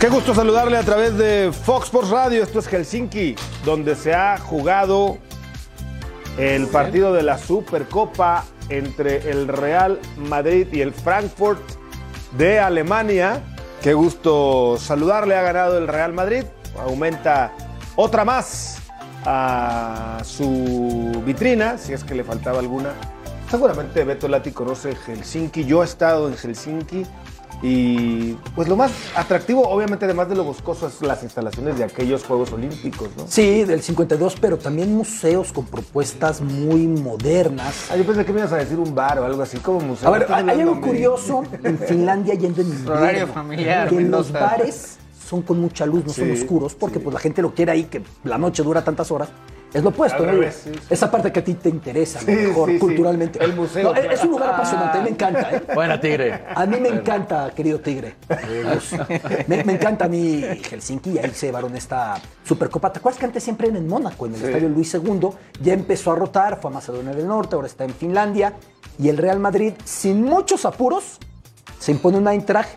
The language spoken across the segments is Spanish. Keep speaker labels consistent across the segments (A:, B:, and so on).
A: Qué gusto saludarle a través de Fox Sports Radio. Esto es Helsinki, donde se ha jugado el partido de la Supercopa entre el Real Madrid y el Frankfurt de Alemania. Qué gusto saludarle. Ha ganado el Real Madrid. Aumenta otra más a su vitrina, si es que le faltaba alguna. Seguramente Beto Lati conoce Helsinki. Yo he estado en Helsinki. Y pues lo más atractivo, obviamente, además de lo boscoso, es las instalaciones de aquellos Juegos Olímpicos, ¿no?
B: Sí, del 52, pero también museos con propuestas muy modernas.
A: Ah, yo pensé que me ibas a decir un bar o algo así, como museo.
B: A ver,
A: Estás
B: hay
A: hablando,
B: algo
A: hombre.
B: curioso en Finlandia yendo en invierno.
C: Horario familiar,
B: Que los
C: Mendoza.
B: bares son con mucha luz, no son
A: Sí,
B: oscuros, porque
A: sí.
B: pues la gente lo quiere ahí, que la noche dura tantas horas. Es lo opuesto,
A: Al
B: ¿no?
A: revés, sí, sí.
B: Esa parte que a ti te interesa, a lo
A: Sí,
B: mejor
A: sí, sí.
B: culturalmente.
A: El museo,
B: No, es-
A: claro.
B: es un lugar apasionante, a mí me encanta, ¿eh?
D: Buena, Tigre.
B: A mí me encanta, querido Tigre. Me, me encanta a mí Helsinki y ahí se llevaron esta Supercopa. ¿Te acuerdas que antes siempre era en Mónaco, en el Estadio Luis II? Ya empezó a rotar, fue a Macedonia del Norte, ahora está en Finlandia. Y el Real Madrid, sin muchos apuros, se impone un Eintracht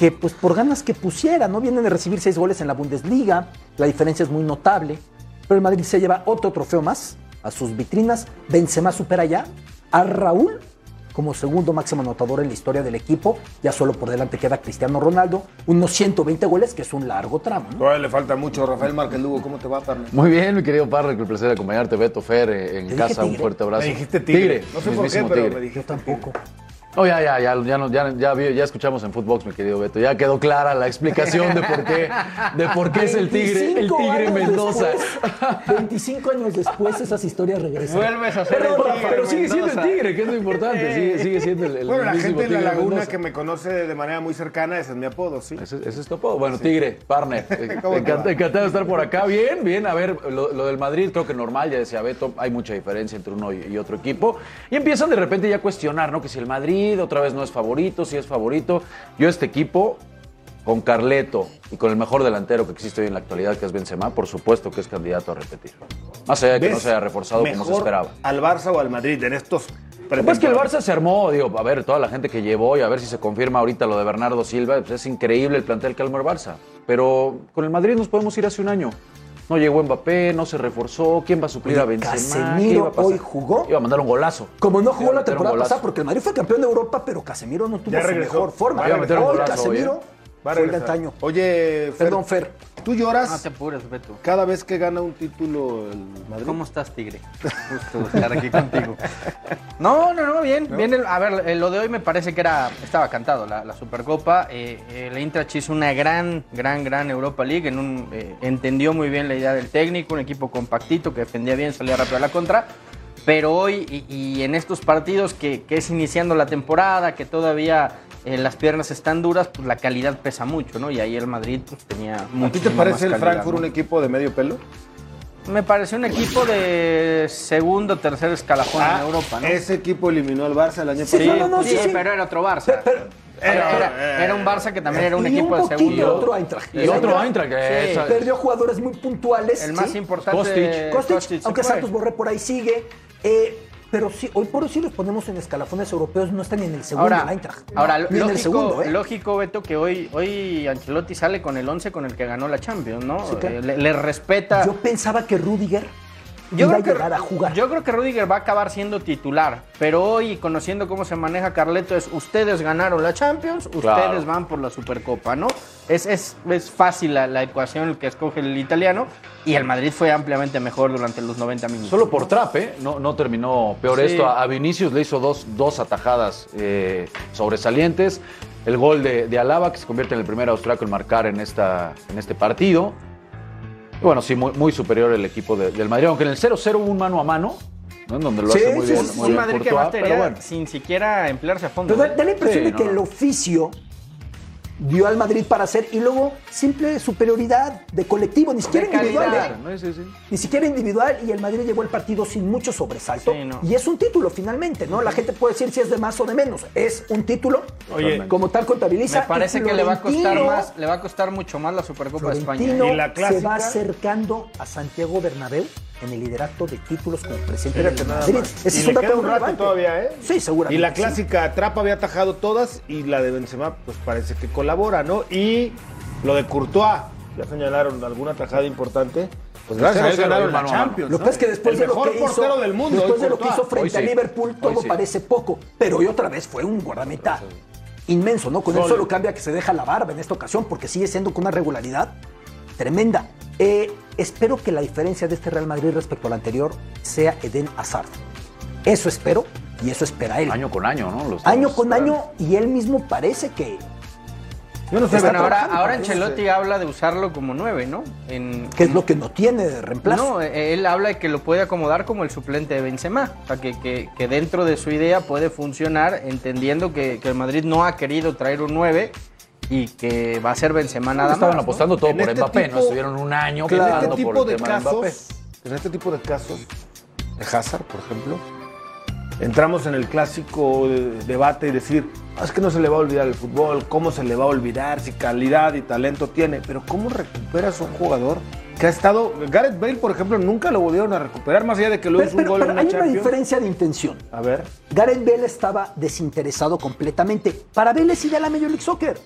B: que, pues, por ganas que pusiera, ¿no? Vienen de recibir seis goles en la Bundesliga, la diferencia es muy notable. Pero el Madrid se lleva otro trofeo más a sus vitrinas. Benzema supera ya a Raúl como segundo máximo anotador en la historia del equipo. Ya solo por delante queda Cristiano Ronaldo, unos 120 goles, que es un largo tramo. ¿no?
A: Todavía le falta mucho. Rafael Márquez Lugo, ¿cómo te va, Carmen?
D: Muy bien, mi querido Parra, que el placer de acompañarte, Beto Fer, eh, en
B: Te dije
D: casa, un
B: tigre.
D: fuerte abrazo.
A: Me dijiste tigre. No sé por qué,
D: mismísimo
A: pero
D: tigre.
A: me dijiste.
B: Yo tampoco.
D: No, ya, ya, ya, ya, no- ya, ya, vi- ya escuchamos en Footbox, mi querido Beto. Ya quedó clara la explicación de por qué, de por qué es el tigre, el
B: 25
D: tigre
B: años
D: Mendoza.
B: después, 25 años después esas historias regresan.
C: Vuelves a ser
B: Pero,
C: el
B: Rafa,
C: tigre
D: Pero sigue siendo el
C: Mendoza.
D: tigre, que es lo importante. Sigue, sigue siendo el, el
A: Bueno, la
D: mismísimo
A: gente en La
D: Tigre
A: Laguna
D: Mendoza.
A: que me conoce de manera muy cercana, ese es mi apodo, ¿sí?
D: Ese, ese es tu apodo. Bueno, Tigre, partner. eh,
A: ¿Cómo te
D: encant-
A: va?
D: encantado de estar por acá. Bien, bien. A ver, lo, lo del Madrid creo que normal, ya decía Beto, hay mucha diferencia entre uno y, y otro equipo. Y empiezan de repente ya a cuestionar, ¿no? Que si el Madrid otra vez no es favorito, si es favorito. Yo este equipo, con Carleto y con el mejor delantero que existe hoy en la actualidad, que es Benzema, por supuesto que es candidato a repetir. Más allá de que no
A: ¿Ves
D: se haya reforzado como se
A: mejor
D: esperaba.
A: al Barça o al Madrid en estos...
D: Pues que el Barça se armó, digo, a ver, toda la gente que llevó y a ver si se confirma ahorita lo de Bernardo Silva, pues es increíble el plantel que armó el Barça. Pero con el Madrid nos podemos ir hace un año. No llegó Mbappé, no se reforzó, ¿quién va a suplir
B: Oye,
D: a Benzema?
B: Casemiro
D: ¿Qué iba a pasar?
B: hoy jugó.
D: Iba a mandar un golazo.
B: Como no jugó
D: Iba a
B: la
D: meter un
B: temporada
D: golazo.
B: pasada, porque el Madrid fue campeón de Europa, pero Casemiro no tuvo
A: Ya
B: su
A: regresó.
B: mejor forma.
A: Va a meter un
B: Hoy
D: golazo,
B: Casemiro
D: oye.
A: Va a
B: fue el de
A: regresar.
B: antaño.
A: Oye, Fer,
B: Perdón, Fer.
A: ¿tú lloras
C: No te apures, Beto.
A: cada vez que gana un título el Madrid?
C: ¿Cómo estás, Tigre? Gusto estar aquí contigo. No, no, no, bien. bien el- a ver, eh, lo de hoy me parece que era estaba cantado, la, la Supercopa. Eh, el Eintracht hizo una gran, gran, gran Europa League. En un, eh, entendió muy bien la idea del técnico, un equipo compactito que defendía bien, salía rápido a la contra. Pero hoy y, y en estos partidos que, que es iniciando la temporada, que todavía eh, las piernas están duras, pues la calidad pesa mucho, ¿no? Y ahí el Madrid pues, tenía
A: ¿A ti te
C: muchísima más
A: parece el
C: calidad,
A: Frankfurt
C: ¿no?
A: un equipo de medio pelo?
C: Me pareció un equipo de segundo, tercer escalafón en Europa, ¿no?
A: Ah, Ese equipo eliminó al Barça el año
B: Sí,
A: pasado.
B: Ah, no, no, no, sí, sí.
C: pero era otro Barça.
B: Pero- pero- eh,
C: era,
A: Era-
C: era- era un Barça que también era un
B: Y
C: equipo de
B: poquito
C: segundo.
B: otro Eintracht.
D: Y otro Eintracht, que
C: Sí.
D: esa-
B: Perdió jugadores muy puntuales.
C: eh, El más
B: ¿sí?
C: importante.
D: Kostic.
B: Kostic,
C: se
B: aunque
C: fue.
B: Santos Borré por ahí sigue. eh, pero sí, hoy por hoy sí los ponemos en escalafones europeos, no están ni en el segundo
C: Ahora,
B: el Eintracht.
C: ahora
B: Ni
C: lógico,
B: en el segundo, ¿eh?
C: lógico, Beto, que hoy, hoy Ancelotti sale con el 11 con el que ganó la Champions, ¿no?
B: Sí, claro.
C: Eh, le, le respeta.
B: Yo pensaba que Rudiger iba a llegar a jugar.
C: Yo creo que Rudiger va a acabar siendo titular, pero hoy, conociendo cómo se maneja Carleto, es ustedes ganaron la Champions, ustedes
D: Claro.
C: van por la Supercopa, ¿no? Es, es, es fácil la, la ecuación que escoge el italiano y el Madrid fue ampliamente mejor durante los 90 minutos.
D: Solo por trap, ¿eh? No, no terminó peor
C: Sí.
D: esto. A a Vinicius le hizo dos, dos atajadas eh, sobresalientes. el gol de, de Alaba, que se convierte en el primer austriaco en marcar en, esta, en este partido. Y bueno, sí, muy, muy superior el equipo de- del Madrid, aunque en el 0-0 hubo un mano a mano, ¿no? En donde lo
B: Sí,
D: hace muy
B: sí,
D: bien.
B: sí,
D: muy
B: sí,
D: bien
C: Madrid que
D: Courtois,
C: batería
D: pero bueno.
C: sin siquiera emplearse a fondo.
B: Pero da,
C: ¿eh?
B: da la impresión
D: Sí,
B: de que
D: no,
B: el
D: no.
B: oficio dio al Madrid para hacer y luego simple superioridad de colectivo, ni siquiera individual.
C: calidad.
B: ¿eh?
D: Sí, sí, sí.
B: Ni siquiera individual y el Madrid llegó al partido sin mucho sobresalto.
C: Sí, no.
B: Y es un título finalmente, ¿no? La gente puede decir si es de más o de menos. Es un título.
A: Oye,
B: Como tal contabiliza.
C: Me parece
B: y
C: que le va a costar
B: Florentino-
C: más, le va a costar mucho más la Supercopa de España.
B: Florentino
A: ¿eh? ¿Y la
B: se
A: clásica?
B: va acercando a Santiago Bernabéu en el liderato de títulos como presidente
A: Fíjate
B: del
A: nada
B: Madrid.
A: más.
B: Ese
A: Y
B: es
A: le
B: un dato
A: queda un
B: muy
A: rato
B: relevante.
A: todavía, ¿eh?
B: Sí, seguramente.
A: Y la
B: sí.
A: clásica Trapa había atajado todas y la de Benzema, pues parece que colabora, ¿no? Y lo de Courtois, ya señalaron alguna atajada importante. Pues gracias a él
D: Cero, cero,
A: ganaron la
D: mano a mano.
A: Champions.
B: Lo que
A: ¿no?
B: pasa es que después
A: el
B: de lo
A: mejor
B: que
A: portero
B: hizo,
A: del mundo.
B: después
A: hoy
B: de lo que
A: Courtois.
B: hizo frente
D: Hoy
B: a
D: sí.
B: Liverpool, todo
D: Hoy sí.
B: parece poco, pero hoy otra vez fue un guardameta inmenso, ¿no? Con él
A: Sólido.
B: solo cambia que se deja la barba en esta ocasión porque sigue siendo con una regularidad tremenda. Eh, espero que la diferencia de este Real Madrid respecto al anterior sea Eden Hazard. Eso espero y eso espera él.
D: Año con año, ¿no? Lo estamos
B: Año con
D: esperando.
B: año y él mismo parece que
A: Yo no sé,
B: Está
C: Bueno, ahora,
B: trabajando,
C: ahora
B: parece.
C: Ancelotti habla de usarlo como nueve, ¿no? En,
B: que es lo que no tiene de reemplazo.
C: No, eh, él habla de que lo puede acomodar como el suplente de Benzema, o sea, que, que- que dentro de su idea puede funcionar, entendiendo que, que el Madrid no ha querido traer un 9 y que va a ser Benzema nada más.
D: Estaban
C: ¿no?
D: apostando todo
A: En
D: por
A: este
D: Mbappé,
A: tipo-
D: ¿no? Estuvieron un año
A: En
D: apostando
A: este tipo
D: por
A: de
D: el tema de Mbappé.
A: casos, en este tipo de casos, de Hazard, por ejemplo, entramos en el clásico de- debate y decir, "Ah, es que no se le va a olvidar el fútbol, cómo se le va a olvidar, si calidad y talento tiene, pero ¿cómo recuperas a un jugador que ha estado, Gareth Bale, por ejemplo, nunca lo volvieron a recuperar, más allá de que lo
B: Pero,
A: hizo un
B: pero-
A: gol en
B: pero
A: una
B: hay una
A: Champions?
B: diferencia de intención.
A: A ver,
B: Gareth Bale estaba desinteresado completamente. Para Bale es ideal la Major League Soccer.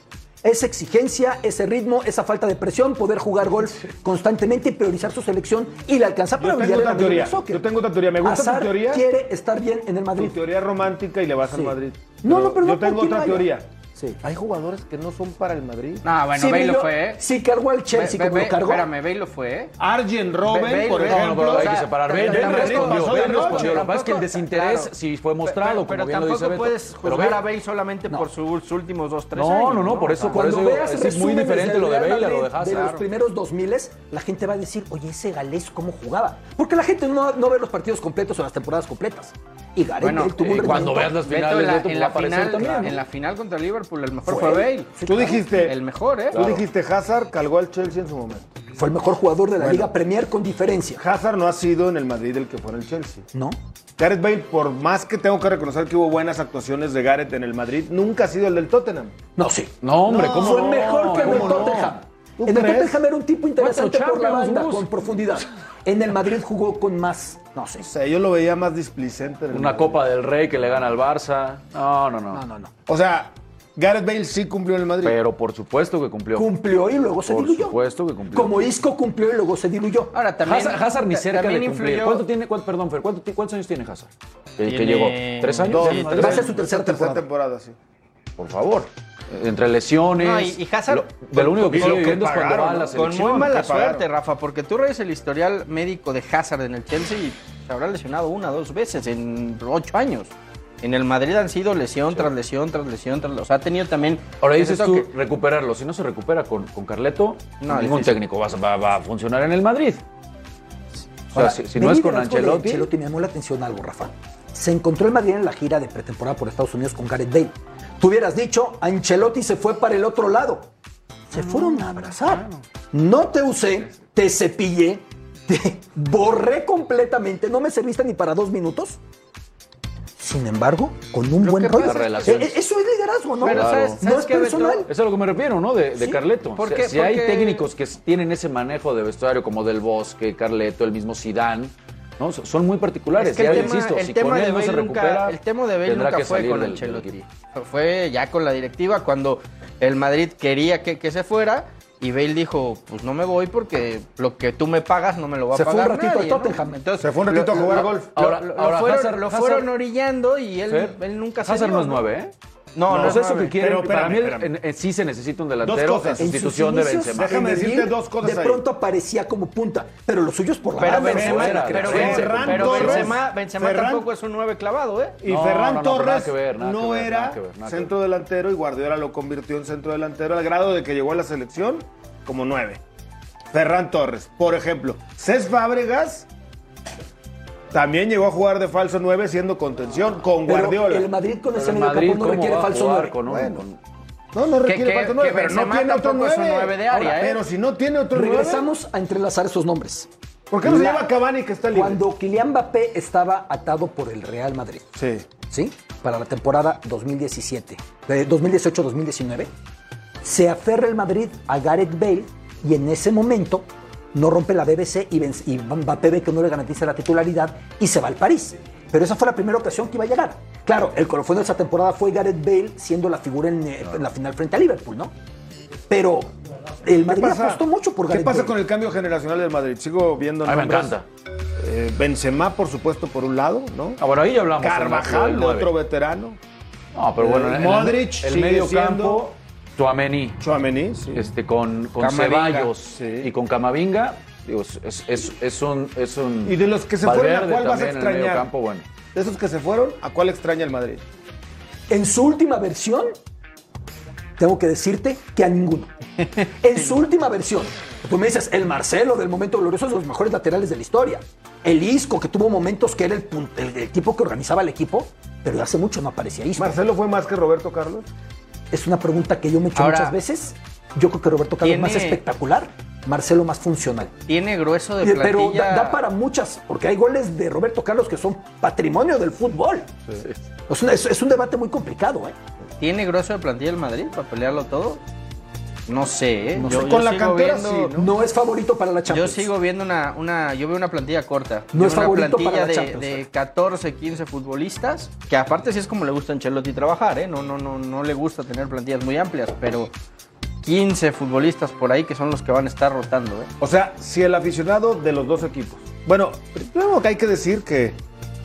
B: Esa exigencia, ese ritmo, esa falta de presión, poder jugar gol constantemente, priorizar su selección y le alcanza para
A: yo tengo
B: brillar en la
A: otra
B: Major
A: teoría,
B: League Soccer.
A: yo tengo otra teoría, me gusta tu
B: Hazard
A: teoría,
B: quiere estar bien en el
A: tu
B: Madrid.
A: teoría romántica y le vas
B: Sí.
A: al Madrid.
B: No, no, pero no
A: Yo tengo
B: porque
A: otra
B: vaya.
A: teoría.
B: Sí.
A: Hay jugadores que no son para el Madrid.
C: No, bueno,
B: Sí,
C: Bale lo
B: Milo-
C: fue, ¿eh?
B: Sí, cargó al Chelsea
C: Be-
B: como
C: Be-
B: lo cargó.
C: Espérame, Bale lo fue, ¿eh?
A: Arjen Robben,
C: Be- Bale,
A: por
C: Bale.
A: ejemplo.
D: No, no, pero hay
C: O
D: que
C: sea,
D: separar. Ben,
A: tampoco-
D: Ben respondió,
A: tampoco-
D: Ben respondió. Lo que
A: tampoco-
D: pasa es que el desinterés
C: claro.
D: sí fue
C: Pero-
D: mostrado,
C: pero
D: como bien lo
C: tampoco
D: dice Beto.
C: puedes
D: Pero
C: juzgar a
D: Ben-
C: Bale solamente por sus últimos dos, tres años.
D: No, no, no, por eso, por eso
B: Cuando veas
D: es muy
B: resúmenes
D: diferente
B: del
D: lo de
B: Real
D: Bale a lo de
B: Madrid De los
D: Hazard.
B: primeros 2000 la gente va a decir, oye, ese galés cómo jugaba. Porque la gente no, no ve los partidos completos o las temporadas completas. Y Gareth
C: Bueno,
B: Bale tuvo
D: Y
B: un
D: eh, cuando
B: rendimiento-
D: veas las
C: Beto, en
D: finales,
C: la,
D: Beto,
C: en
D: va a
C: la
D: aparecer
C: final,
D: también.
C: en la final contra Liverpool, el mejor fue,
B: Fue él.
C: Bale.
B: Sí,
A: Tú dijiste,
C: El mejor, ¿eh?
A: Tú dijiste Hazard calgó al Chelsea en su momento.
B: Fue el mejor jugador de la Liga Premier con diferencia.
A: Hazard no ha sido en el Madrid el que fue en el Chelsea.
B: ¿No?
A: Gareth Bale, por más que tengo que reconocer que hubo buenas actuaciones de Gareth en el Madrid, nunca ha sido el del Tottenham.
B: No, sí.
D: No, hombre, ¿cómo
B: Fue
D: no?
B: mejor que en el
D: ¿Cómo no?
B: Tottenham.
A: ¿Tú
B: En el
A: crees?
B: Tottenham era un tipo interesante por la
D: Champions
B: banda,
D: bus?
B: con profundidad. En el Madrid jugó con más. No sé.
A: O sea, yo lo veía más displicente. en el
D: Una
A: Madrid.
D: Copa del Rey que le gana al Barça. No, no, no.
B: No, no, no.
A: O sea, Gareth Bale sí cumplió en el Madrid.
D: Pero por supuesto que cumplió.
B: Cumplió y luego se
D: Por
B: diluyó.
D: supuesto que cumplió.
B: Como Isco cumplió y luego se diluyó.
C: Ahora también.
D: Hazard, Hazard ni
C: ta-
D: cerca de
C: también
D: cumplir.
C: influyó-
D: ¿Cuánto tiene, cuánto- perdón, Fer, ¿cuánto ti- ¿cuántos años tiene Hazard? El que
C: Tiene-
D: llegó. ¿Tres años?
A: Dos,
D: Sí,
A: ¿no?
D: tres
B: Va a ser
D: años.
B: su tercera
A: tercera
B: temporada.
A: temporada, sí.
D: Por favor. Entre lesiones.
C: No, y- y Hazard-
D: Pues, Lo, de lo único que
A: Y lo
D: estoy
A: que
D: viviendo es cuando
A: pagaron,
D: va a
A: ¿no?
D: la
A: Con
C: Con
D: selección.
C: muy mala
A: que pagaron.
C: suerte, Rafa, porque tú revisas el historial médico de Hazard en el Chelsea y se habrá lesionado una dos veces en ocho años. En el Madrid han sido lesión tras lesión tras lesión tras lesión. O sea, ha tenido también. pues,
D: Ahora
C: ese
D: dices tú
C: toque.
D: recuperarlo. Si no se recupera con, con Carleto,
C: No,
D: ningún
C: difícil.
D: técnico va, a- va- va a funcionar en el Madrid. O sea,
B: Ahora,
D: si, si
B: del
D: no es con
B: liderazgo de
D: Ancelotti,
B: Ancelotti me llamó la atención algo, Rafa. Se encontró el Madrid en la gira de pretemporada por Estados Unidos con Gareth Bale. Tú hubieras dicho, Ancelotti se fue para el otro lado.
D: Ah,
B: Se fueron a abrazar. No te usé, te cepillé, te borré completamente. No me serviste ni para dos minutos. Sin embargo, con un
C: Lo
B: buen
C: que
B: rollo.
D: pasa es que-
B: Eh, eh, Eso es liderazgo, ¿no?
C: Pero ¿sabes-
B: no
C: sabes
B: es
C: qué, Beto?
B: personal.
D: Eso es a lo que me refiero, ¿no? De, de
B: Sí.
D: Carleto.
C: ¿Por
D: O sea,
C: qué?
D: si hay
C: Porque-
D: técnicos que s- tienen ese manejo de vestuario, como Del Bosque, Carleto, el mismo Sidán, ¿no? So- Son muy particulares.
C: Es que
D: ya
C: el tema,
D: insisto,
C: el
D: si
C: tema
D: con él
C: de
D: no
C: Bale
D: se
C: nunca,
D: recupera,
C: el tema de Bale
D: tendrá
C: nunca
D: que
C: fue
D: salir
C: con
D: del- del
C: Ancelotti.
D: equipo.
C: Fue ya con la directiva cuando el Madrid quería que, que se fuera y Bale dijo, pues no me voy porque lo que tú me pagas no me lo va a
B: Se fue un
C: pagar
B: ratito
C: nadie,
B: a
C: ¿no?
B: Tottenham.
C: Entonces,
A: Se fue un ratito
C: lo-
A: a jugar
C: lo-
A: golf.
C: lo-
D: Ahora-
C: lo
D: ahora
C: fueron,
D: Hazard-
C: lo
D: Hazard-
C: fueron orillando y él,
D: Fer,
C: él nunca se
D: Hazard
C: dio,
D: no es nueve, ¿eh? No, no,
A: No,
D: es eso
A: nueve.
D: que quieren.
A: Pero espérame,
D: para mí el-
A: espérame.
D: en- en- sí se necesita un delantero
A: cosas.
D: en
A: En
B: sus
D: sustitución de
B: inicios,
D: Benzema.
A: Déjame
B: Medellín,
A: decirte dos cosas
B: De
A: ahí.
B: pronto aparecía como punta, pero los suyos por la
C: Pero
B: banda,
C: Benzema,
B: fuera,
D: era,
C: pero
D: que
C: Benzema-
D: Ferran
C: pero
A: Torres,
C: Benzema, Benzema
A: Ferran-
C: tampoco es un 9 clavado, ¿eh?
A: Y
D: No,
A: Ferran
D: no, no, pero nada
A: Torres
D: que ver, nada
A: no
D: que ver,
A: era
D: nada que ver, nada que
A: centro delantero y Guardiola lo convirtió en centro delantero al grado de que llegó a la selección como nueve. Ferran Torres, por ejemplo. Cés Fábregas también llegó a jugar de falso nueve siendo contención con
B: Pero
A: Guardiola.
B: el Madrid con
D: Pero
B: ese
D: el
B: medio
D: Madrid,
B: campo no
D: ¿cómo
B: requiere
D: va a
B: falso
D: jugar
B: 9.
D: con un-
B: Bueno,
D: con-
A: No, no requiere
C: Que- que-
A: falta nueve,
C: que
A: pero no
C: Benzema
A: tiene otro
C: tampoco es un
A: nueve.
C: nueve de área,
A: Ahora,
C: ¿eh?
A: Pero si no tiene otro nueve,
B: regresamos a entrelazar esos nombres.
A: ¿por qué no se
B: La-
A: lleva a Cavani que está libre?
B: Cuando Kylian Mbappé estaba atado por el Real Madrid,
A: Sí.
B: ¿sí? Para la temporada 2017, eh, 2018-2019, se aferra el Madrid a Gareth Bale y en ese momento no rompe la BBC y, Benz- y Mbappé ve que no le garantiza la titularidad y se va al París. Pero esa fue la primera ocasión que iba a llegar. Claro, el colofón de esa temporada fue Gareth Bale siendo la figura en, eh, en la final frente a Liverpool, ¿no? Pero el
A: ¿Qué
B: Madrid
A: pasa,
B: apostó mucho por
A: ¿Qué
B: Gareth
A: pasa
B: Bale.
A: con el cambio generacional del Madrid? Sigo viendo
D: Ay, me
A: nombres.
D: encanta.
A: Eh, Benzema, por supuesto, por un lado, ¿no?
D: Ah, bueno, ahí ya hablamos.
A: Carvajal,
D: del
A: de
D: nueve.
A: otro veterano. Eh,
D: No, pero bueno, en- en-
A: Modric
D: el
A: sigue
D: medio
A: siendo-
D: campo, Tuameni,
A: Chouameni, sí.
D: este, con, con
C: Camavinga,
D: Ceballos
A: sí.
D: y con Camavinga, digo, es, es- es- es un, es un.
A: Y de los que se fueron,
D: Valverde
A: ¿a cuál vas a
D: también en el medio
A: extrañar?
D: campo, bueno.
A: De esos que se fueron, ¿a cuál extraña el Madrid?
B: En su última versión, tengo que decirte que a ninguno. En su última versión, tú me dices, el Marcelo del momento glorioso es de los mejores laterales de la historia. El Isco, que tuvo momentos que era el, pun- el, el tipo que organizaba el equipo, pero hace mucho no aparecía Isco.
A: ¿Marcelo fue más que Roberto Carlos?
B: es una pregunta que yo me he hecho
C: Ahora-
B: muchas veces. Yo creo que Roberto Carlos
C: Tiene-
B: más espectacular, Marcelo más funcional.
C: Tiene grueso de plantilla.
B: Pero da, da para muchas, porque hay goles de Roberto Carlos que son patrimonio del fútbol. Es, una- es- es un debate muy complicado, ¿eh?
C: ¿Tiene grueso de plantilla el Madrid para pelearlo todo? No sé, ¿eh?
B: No
C: yo,
B: sé.
C: yo
A: Con la
C: sigo
A: cantera
C: viendo,
A: sí,
B: ¿no? es favorito para la
C: Yo
B: Champions.
C: sigo viendo una, una. Yo veo una plantilla corta.
B: No
C: Yo
B: es
C: veo
B: favorito
C: Una plantilla
B: para la
C: de,
B: Champions, ¿eh?
C: de
B: Fer.
C: 14, 15 futbolistas. Que aparte sí es como le gusta a Ancelotti trabajar, ¿eh? No, no, no, no le gusta tener plantillas muy amplias, pero 15 futbolistas por ahí que son los que van a estar rotando, ¿eh?
A: O sea, si el aficionado de los dos equipos. Bueno, primero que hay que decir que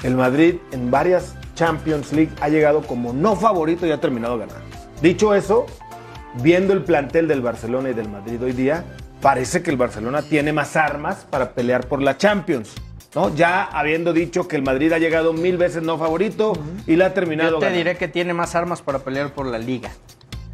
A: el Madrid en varias Champions League ha llegado como no favorito y ha terminado ganando. Dicho eso, viendo el plantel del Barcelona y del Madrid hoy día, parece que el Barcelona tiene más armas para pelear por la Champions. ¿no? Ya habiendo dicho que el Madrid ha llegado mil veces no favorito y la ha terminado
C: Yo te
A: ganando.
C: diré que tiene más armas para pelear por la liga.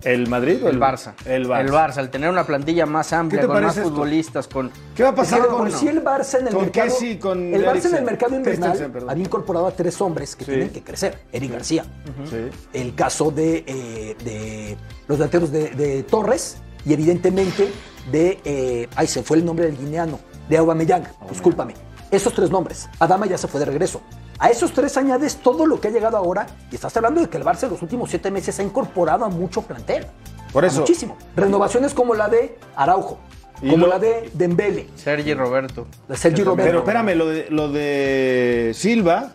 A: ¿El Madrid o
C: El Barça.
A: El Barça.
C: al tener una plantilla más amplia,
A: te
C: con más
A: parece esto?
C: futbolistas, con.
A: ¿Qué va a pasar
B: Pero
A: con
B: por si el Barça en el
A: con
B: mercado.
A: Kessie, con
B: el Barça en el
A: Eriksen?
B: mercado invernal
A: Christensen, perdón.
B: había incorporado a tres hombres que
A: Sí.
B: tienen que crecer. Eric García.
A: Sí.
B: El caso de, eh, de los delanteros de, de Torres y evidentemente de. eh, ay, se fue el nombre del guineano. De Aubameyang. Discúlpame. Esos tres nombres. Adama ya se fue de regreso. A esos tres añades todo lo que ha llegado ahora y estás hablando de que el Barça en los últimos siete meses ha incorporado a mucho plantel.
A: Por
B: A
A: eso.
B: Muchísimo. Renovaciones como la de Araujo,
A: Y
B: como
A: lo-
B: la de Dembele,
C: Sergi Roberto.
B: de Sergio Roberto.
A: Pero espérame, lo de, lo de Silva,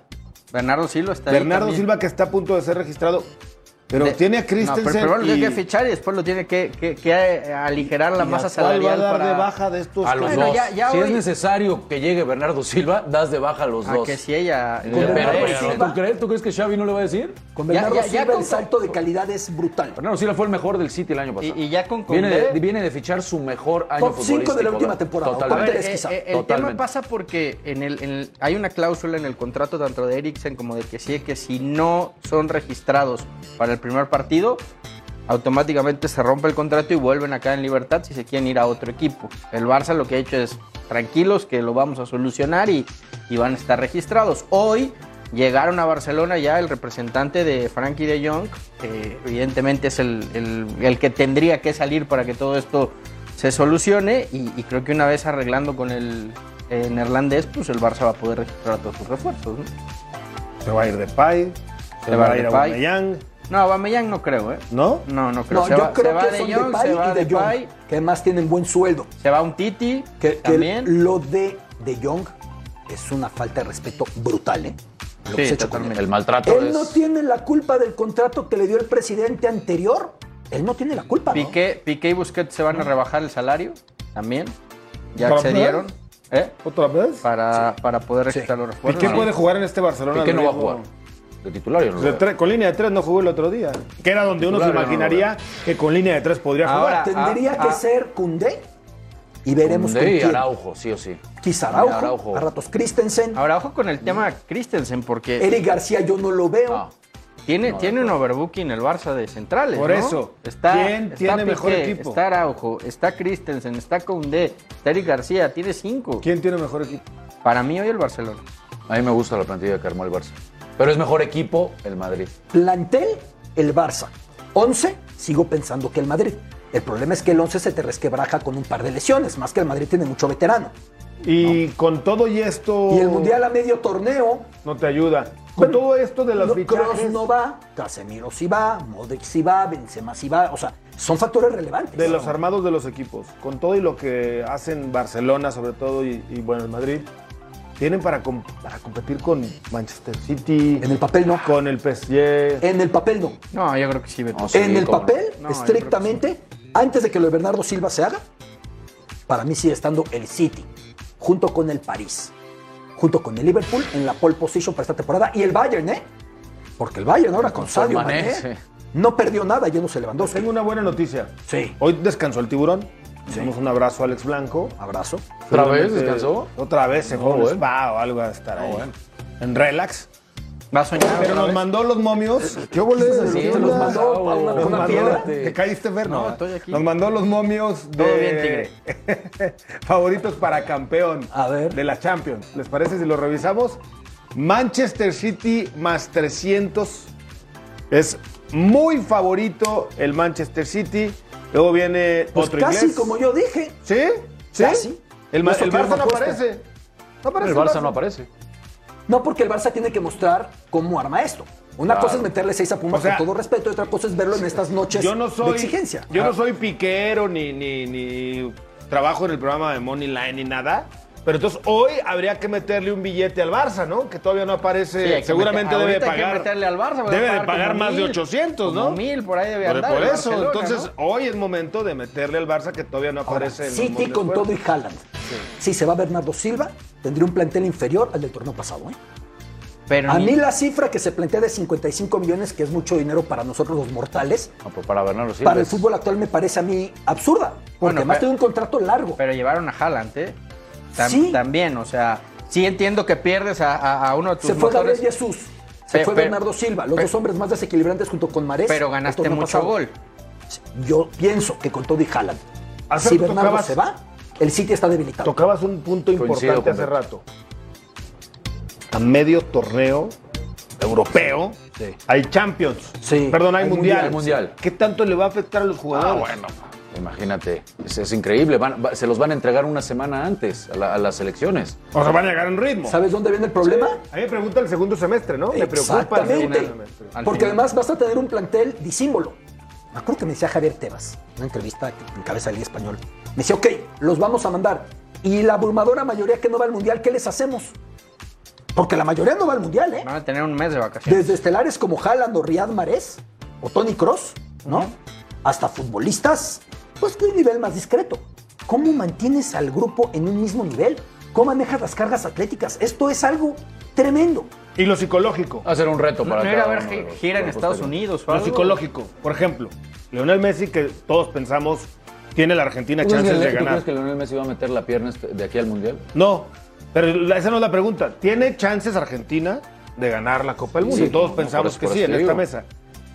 C: Bernardo Silva está ahí
A: Bernardo
C: también.
A: Silva que está a punto de ser registrado, pero
C: De-
A: tiene a
C: No,
A: Christensen
C: pero primero lo tiene
A: y-
C: que fichar y después lo tiene que, que- que, eh, aligerar la
A: y a
C: masa
A: cuál
C: salarial
A: va a dar
C: para
A: de baja de estos?
D: A los
C: Bueno,
D: dos.
C: ya- ya
D: si
C: hoy-
D: es necesario que llegue Bernardo Silva, das de baja a los
C: a
D: dos.
C: que si ella
D: Eh,
C: ella-
D: pero,
B: Bernardo
D: pero,
B: Silva.
D: ¿tú, crees, tú crees que Xavi no le va a decir?
B: Con
C: Ya-
B: Bernardo
C: ya- ya
B: Silva
C: con-
B: el salto de calidad es brutal.
D: Bernardo Silva fue el mejor del City el año pasado.
C: Y- y ya con
D: viene
C: Koundé-
D: de, viene de fichar su mejor año
B: Top cinco de la
D: futbolístico,
B: última
D: ¿verdad?
B: temporada, o top
D: Totalmente.
C: Eh,
B: tres. quizá.
C: eh, el tema
D: Totalmente.
C: pasa porque en el, en el- hay una cláusula en el contrato tanto de Eriksen como de que sí que si no son registrados para el primer partido, automáticamente se rompe el contrato y vuelven acá en libertad si se quieren ir a otro equipo. El Barça lo que ha hecho es tranquilos que lo vamos a solucionar y, y van a estar registrados. Hoy llegaron a Barcelona ya el representante de Frankie de Jong, que evidentemente es el, el- el que tendría que salir para que todo esto se solucione y, y creo que una vez arreglando con el eh, neerlandés, pues el Barça va a poder registrar todos sus refuerzos. No,
A: Se va a ir de Pay, se, va a ir a
C: Depay.
A: Aubameyang,
C: no Aubameyang no creo, ¿eh?
A: ¿no?
C: No, no creo.
B: No,
C: se
B: yo
C: va, se
B: creo
C: va
B: que
C: de
B: son
C: Jong, se va
B: Depay y de
C: Depay,
B: Jong, que además tienen buen sueldo.
C: se va un Titi
B: Que, que
C: también.
B: lo de de Jong es una falta de respeto brutal, ¿eh? Lo que
C: Sí,
B: se ha hecho con él.
C: totalmente.
D: El maltrato
B: Él
D: es...
B: no tiene la culpa del contrato que le dio el presidente anterior. Él no tiene la culpa. ¿no?
C: Piqué, Piqué y Busquets se van a rebajar el salario también. Ya
A: ¿Para
C: accedieron. ¿eh?
A: ¿Otra vez?
C: Para, para poder registrar los
A: ¿Y
C: refuerzos.
A: qué
C: Sí.
A: puede jugar en este Barcelona?
D: Piqué
A: al
D: no va a
A: ritmo?
D: jugar. De titular yo no lo
A: De
D: veo.
A: tre- con línea de tres no jugó el otro día. Que era donde uno se
D: Titular, yo no lo
A: imaginaría que con línea de tres podría
D: Ahora,
A: jugar.
B: Tendría
D: ah,
B: que
D: ah.
B: ser Cundé y veremos
D: Cundé
B: con
D: y
B: quién.
D: Araujo, sí o sí.
B: Quizá
D: Araujo.
B: Araujo, a ratos Christensen.
C: Ahora, ojo con el tema Christensen,
D: eh,
C: porque
B: Eric García yo no lo veo.
D: No.
C: tiene, tiene un overbooking el Barça de centrales.
A: Por
C: ¿no?
A: eso.
C: Está,
A: ¿Quién
C: está
A: tiene mejor
C: Piqué,
A: equipo?
C: Está Araujo, está Christensen, está Koundé, está Eric García, tiene cinco.
A: ¿Quién tiene mejor equipo?
C: Para mí hoy el Barcelona.
D: A mí me gusta la plantilla que armó el Barça. Pero es mejor equipo el Madrid.
B: Plantel, el Barça. 11, sigo pensando que el Madrid. El problema es que el 11 se te resquebraja con un par de lesiones, más que el Madrid tiene mucho veterano.
A: Y con todo y esto.
D: Oh.
B: Y el Mundial a medio torneo,
A: No te ayuda. Con
B: Bueno,
A: todo esto de las
B: no,
A: fichajes.
B: Kroos no va, Casemiro sí va, Modric sí va, Benzema sí va, o sea, son factores relevantes.
A: De los armados de los equipos, con todo y lo que hacen Barcelona sobre todo y, y, bueno, el Madrid, tienen para, com- para competir con Manchester City,
B: En el papel no. Eh,
A: con el PSG.
B: En el papel no.
C: No, yo creo que sí, Beto.
D: No, sí,
B: en el
D: cómo no.
B: papel,
C: No, yo
B: estrictamente, antes de que lo de Bernardo Silva se haga, para mí sigue estando el City, junto con el París, junto con el Liverpool en la pole position para esta temporada y el Bayern, ¿eh? Porque el Bayern ahora con Sadio
D: Mané,
B: Mané
D: sí.
B: no perdió nada y no se levantó.
A: Tengo una buena noticia.
B: Sí.
A: Hoy descansó el tiburón. Damos un abrazo a Alex Blanco.
B: Abrazo.
D: ¿Otra vez
A: Seguramente-
D: descansó?
A: Otra vez se fue a un
D: bueno.
A: spa o algo a estar ahí.
D: bueno.
A: En relax.
C: Va a soñar.
A: Pero
C: otra
A: nos
C: vez.
A: mandó los momios. Eh, ¿Qué volé?
B: Te
D: Sí, te
A: ¿Qué
B: los
A: onda?
B: mandó a una-
D: Nos
B: con una
A: mandó-
B: piedra.
A: ¿Te caíste, Fer?
C: No, estoy aquí.
A: Nos mandó los momios de...
C: Todo bien, Tigre.
A: favoritos para campeón
B: A ver.
A: de la Champions. ¿Les parece si lo revisamos? Manchester City más 300. Es muy favorito el Manchester City. Luego viene
B: Pues
A: otro
B: casi
A: inglés.
B: como yo dije.
A: ¿Sí? ¿Sí?
B: Casi. Pues
A: El, Ma- el
B: Nosotros
A: Barça no
B: apuesta.
A: aparece. No aparece
D: El Barça no aparece.
B: No porque el Barça tiene que mostrar cómo arma esto. Una cosa es meterle seis a Pumas
A: O sea,
B: con todo respeto y otra cosa es verlo en estas noches
A: Yo no soy,
B: de exigencia. Ah.
A: Yo no soy piquero ni, ni, ni trabajo en el programa de Money Line ni nada. Pero entonces hoy habría que meterle un billete al Barça, ¿no? Que todavía no
C: Sí, hay
A: aparece.
C: que
A: Seguramente
C: meter-
A: debe
C: ahorita hay que
A: pagar.
C: meterle al Barça, porque
A: debe
C: va a
A: de
C: pagar
A: pagar
C: como
A: más de
C: mil,
A: 800, ¿no?
C: como mil, por ahí debe
A: Por-
C: andar
A: Por
C: el
A: eso.
C: Barcelona,
A: Entonces hoy es momento de meterle al Barça que todavía no
B: Ahora,
A: aparece. en los
B: Ah, City
A: mundiales.
B: con todo y Haaland. Si se va Bernardo Silva, tendría un plantel inferior al del torneo pasado. ¿eh?
C: Pero
B: A
C: ni-
B: mí la cifra que se plantea de 55 millones, que es mucho dinero para nosotros los mortales,
D: No, pues para Bernardo Silva.
B: para el
D: es-
B: fútbol actual me parece a mí absurda. Porque
C: Bueno,
B: además
C: pero-
B: tiene un contrato largo.
C: Pero llevaron a Haaland, ¿eh? Tam-
B: Sí.
C: También, o sea, sí entiendo que pierdes a, a- a uno de tus
B: se fue Gabriel
C: motores,
B: Jesús, se
C: Pe-
B: fue
C: pe-
B: Bernardo Silva, los
C: pe-
B: dos hombres más desequilibrantes junto con Marés.
C: pero
B: el
C: ganaste
B: torneo
C: mucho
B: pasado.
C: gol.
B: Yo pienso que con todo y Haaland.
A: Hace
B: Si
A: rato
B: Bernardo
A: tocabas-
B: se va, el City está debilitado.
A: Tocabas un punto
D: Coincido
A: importante hace rato. A medio torneo europeo
D: Sí.
A: hay Champions.
B: Sí,
A: Perdón, hay,
B: hay
A: mundial.
D: Mundial, hay Mundial.
A: ¿Qué tanto le va a afectar a los
D: Ah,
A: jugadores?
D: bueno. Imagínate. Es, es increíble. Van- va- se los van a entregar una semana antes a, la- a las elecciones.
A: O sea, van a llegar en ritmo.
B: ¿Sabes dónde viene el problema?
A: A mí me pregunta el segundo semestre, ¿no? Me preocupa el segundo
B: Exactamente.
A: semestre.
C: Al
B: Porque
C: final.
B: además vas a tener un plantel disímbolo. Me acuerdo que me decía Javier Tebas, en una entrevista que encabeza el Día Español. Me decía, ok, los vamos a mandar. Y la abrumadora mayoría que no va al mundial, ¿qué les hacemos? Porque la mayoría no va al mundial, ¿eh?
C: Van a tener un mes de vacaciones.
B: Desde estelares como Haaland o Riyad Mahrez o Tony Cross, ¿no? Hasta futbolistas, pues que un nivel más discreto. ¿Cómo mantienes al grupo en un mismo nivel? ¿Cómo manejas las cargas atléticas? Esto es algo tremendo.
A: Y lo psicológico.
D: Va a ser un reto
C: No,
D: para
C: no era a
D: cada
C: ver
D: uno de
C: gi-
D: los-
C: gira en
D: de los
C: Estados
D: posteriores.
C: Unidos o
A: Lo
C: algo.
A: psicológico. Por ejemplo, Leonel Messi, que todos pensamos tiene la Argentina
D: ¿Tú crees,
A: chances
D: que,
A: de
D: Leonel- ¿Tú
A: ganar.
D: crees que Leonel Messi va a meter la pierna este- de aquí al Mundial?
A: No, pero la- esa no es la pregunta. ¿Tiene chances Argentina de ganar la Copa del Mundo?
D: Sí,
A: Todos
D: no, por
A: pensamos
D: eso-
A: que
D: por
A: sí
D: eso
A: en
D: te
A: esta
D: digo.
A: mesa.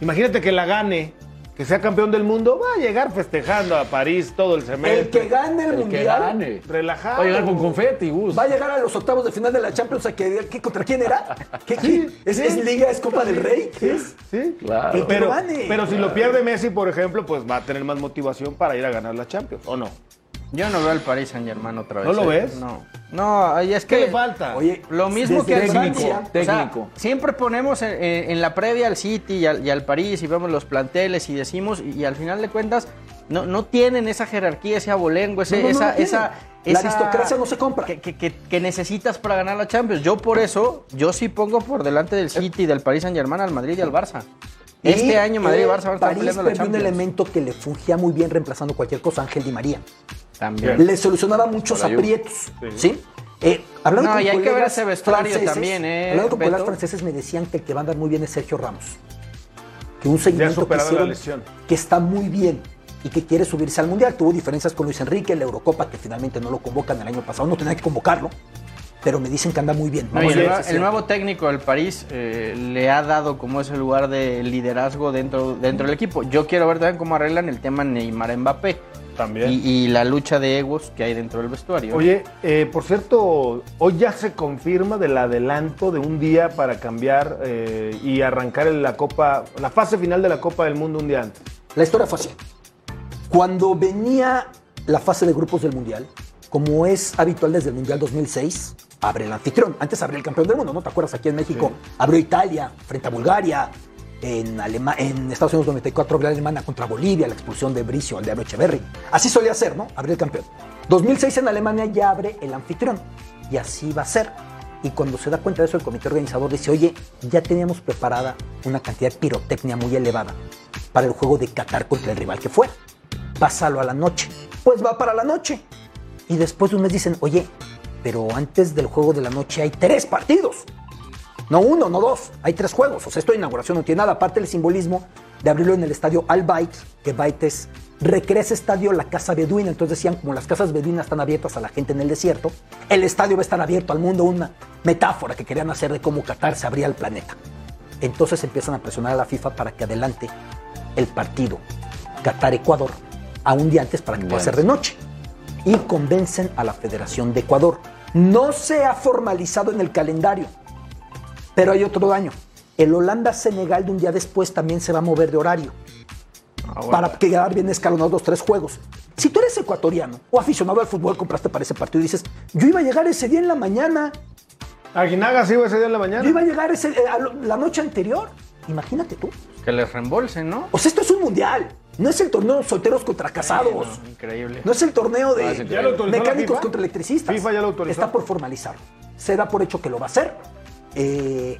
A: Imagínate que la gane, que sea campeón del mundo, va a llegar festejando a París todo el semestre.
B: El que gane el,
D: El que
B: mundial
D: gane.
A: Relajado.
D: Va a llegar con confeti, Gus.
B: va a llegar a los octavos de final de la Champions. ¿a que, que- ¿Contra quién era? ¿Qué, qué? ¿Es,
A: sí.
B: es Liga? ¿Es Copa del Rey? ¿Qué es?
A: Sí,
D: Claro.
A: Pero,
B: Pero gane.
A: pero si lo pierde Messi, por ejemplo, pues va a tener más motivación para ir a ganar la Champions, ¿o no?
C: Yo no veo al Paris Saint Germain otra vez.
A: ¿No lo
C: ¿eh?
A: ves?
C: No. No, y es que.
A: ¿Qué le falta?
B: Oye,
C: Lo mismo
B: desde
C: que al
B: técnico,
C: Francia. O sea,
D: técnico.
C: siempre ponemos en, en- en la previa al City y al, y al París y vemos los planteles y decimos, y, y al final de cuentas, no, no tienen esa jerarquía, ese abolengo, ese,
B: No, no, no,
C: esa,
B: no tienen.
C: esa- esa-
B: La aristocracia no se compra.
C: Que, que- que- que necesitas para ganar la Champions. Yo por eso, yo sí pongo por delante del City, del Paris Saint Germain, al Madrid y al Barça.
B: Y
C: Este año Madrid y Barça van a estar
B: París
C: peleando la
B: perdió un
C: Champions.
B: elemento que le fungía muy bien reemplazando cualquier cosa, Ángel Di María.
C: También.
B: Le solucionaba muchos
D: Para la Juve.
B: aprietos, ¿sí? Eh, hablando
C: No,
B: con
C: y hay que ver
B: colegas
C: ese vestuario
B: franceses,
C: también, ¿eh,
B: Hablando con colegas
C: Beto?
B: franceses me decían que el que va a andar muy bien es Sergio Ramos. Que un seguimiento que,
A: superado la
B: hicieron,
A: lesión.
B: que está muy bien y que quiere subirse al Mundial. Tuvo diferencias con Luis Enrique, la Eurocopa, que finalmente no lo convocan el año pasado. No tenía que convocarlo, pero me dicen que anda muy bien.
C: No, y
B: Vamos a
C: el,
B: ver
C: nue-
B: si es
C: el
B: cierto.
C: nuevo técnico del París eh, le ha dado como ese lugar de liderazgo dentro, dentro del equipo. Yo quiero ver también cómo arreglan el tema Neymar-Mbappé
A: También.
C: y, y la lucha de egos que hay dentro del vestuario.
A: Oye, eh, por cierto, hoy ya se confirma del adelanto de un día para cambiar eh, y arrancar en la Copa, la fase final de la Copa del Mundo un día antes.
B: La historia fue así. Cuando venía la fase de grupos del Mundial, como es habitual desde el Mundial 2006, abre el anfitrión. Antes abrió el campeón del mundo, ¿no? ¿Te acuerdas? Aquí en México abrió Italia frente a Bulgaria. En, Alema- en Estados Unidos 94 abrió Alemania contra Bolivia, la expulsión de Bricio al de Echeverry. Así solía ser, ¿no? Abrió el campeón. 2006 en Alemania ya abre el anfitrión. Y así va a ser. Y cuando se da cuenta de eso, el comité organizador dice, oye, ya teníamos preparada una cantidad de pirotecnia muy elevada para el juego de Qatar contra el rival que fue. Pásalo a la noche. Pues va para la noche. Y después de un mes dicen, oye, pero antes del juego de la noche hay tres partidos. No uno, no dos. Hay tres juegos. O sea, esto de inauguración no tiene nada. Aparte del simbolismo de abrirlo en el estadio Al Bait, que Bait es, recrea ese estadio la Casa Beduina. Entonces decían, como las casas beduinas están abiertas a la gente en el desierto, el estadio va a estar abierto al mundo. Una metáfora que querían hacer de cómo Qatar se abría al planeta. Entonces empiezan a presionar a la FIFA para que adelante el partido Qatar-Ecuador a un día antes para que pueda ser de noche. Y convencen a la Federación de Ecuador. No se ha formalizado en el calendario, pero hay otro daño. El Holanda-Senegal de un día después también se va a mover de horario para quedar bien escalonados los tres juegos. Si tú eres ecuatoriano o aficionado al fútbol, compraste para ese partido y dices, yo iba a llegar ese día en la mañana,
A: Aguinaga se iba ese día en la
B: yo iba
A: mañana.
B: a llegar ese, eh, a lo- la noche anterior. Imagínate tú.
C: Que les reembolsen, ¿no?
B: O sea, esto es un mundial. No es el torneo de solteros contra casados.
C: No, increíble.
B: No es el torneo de
D: Ah, sí,
A: ¿Ya lo autorizó la
B: mecánicos
A: FIFA?
B: contra electricistas.
A: FIFA ya lo autorizó.
B: Está por formalizar. Se da por hecho que lo va a hacer. Eh,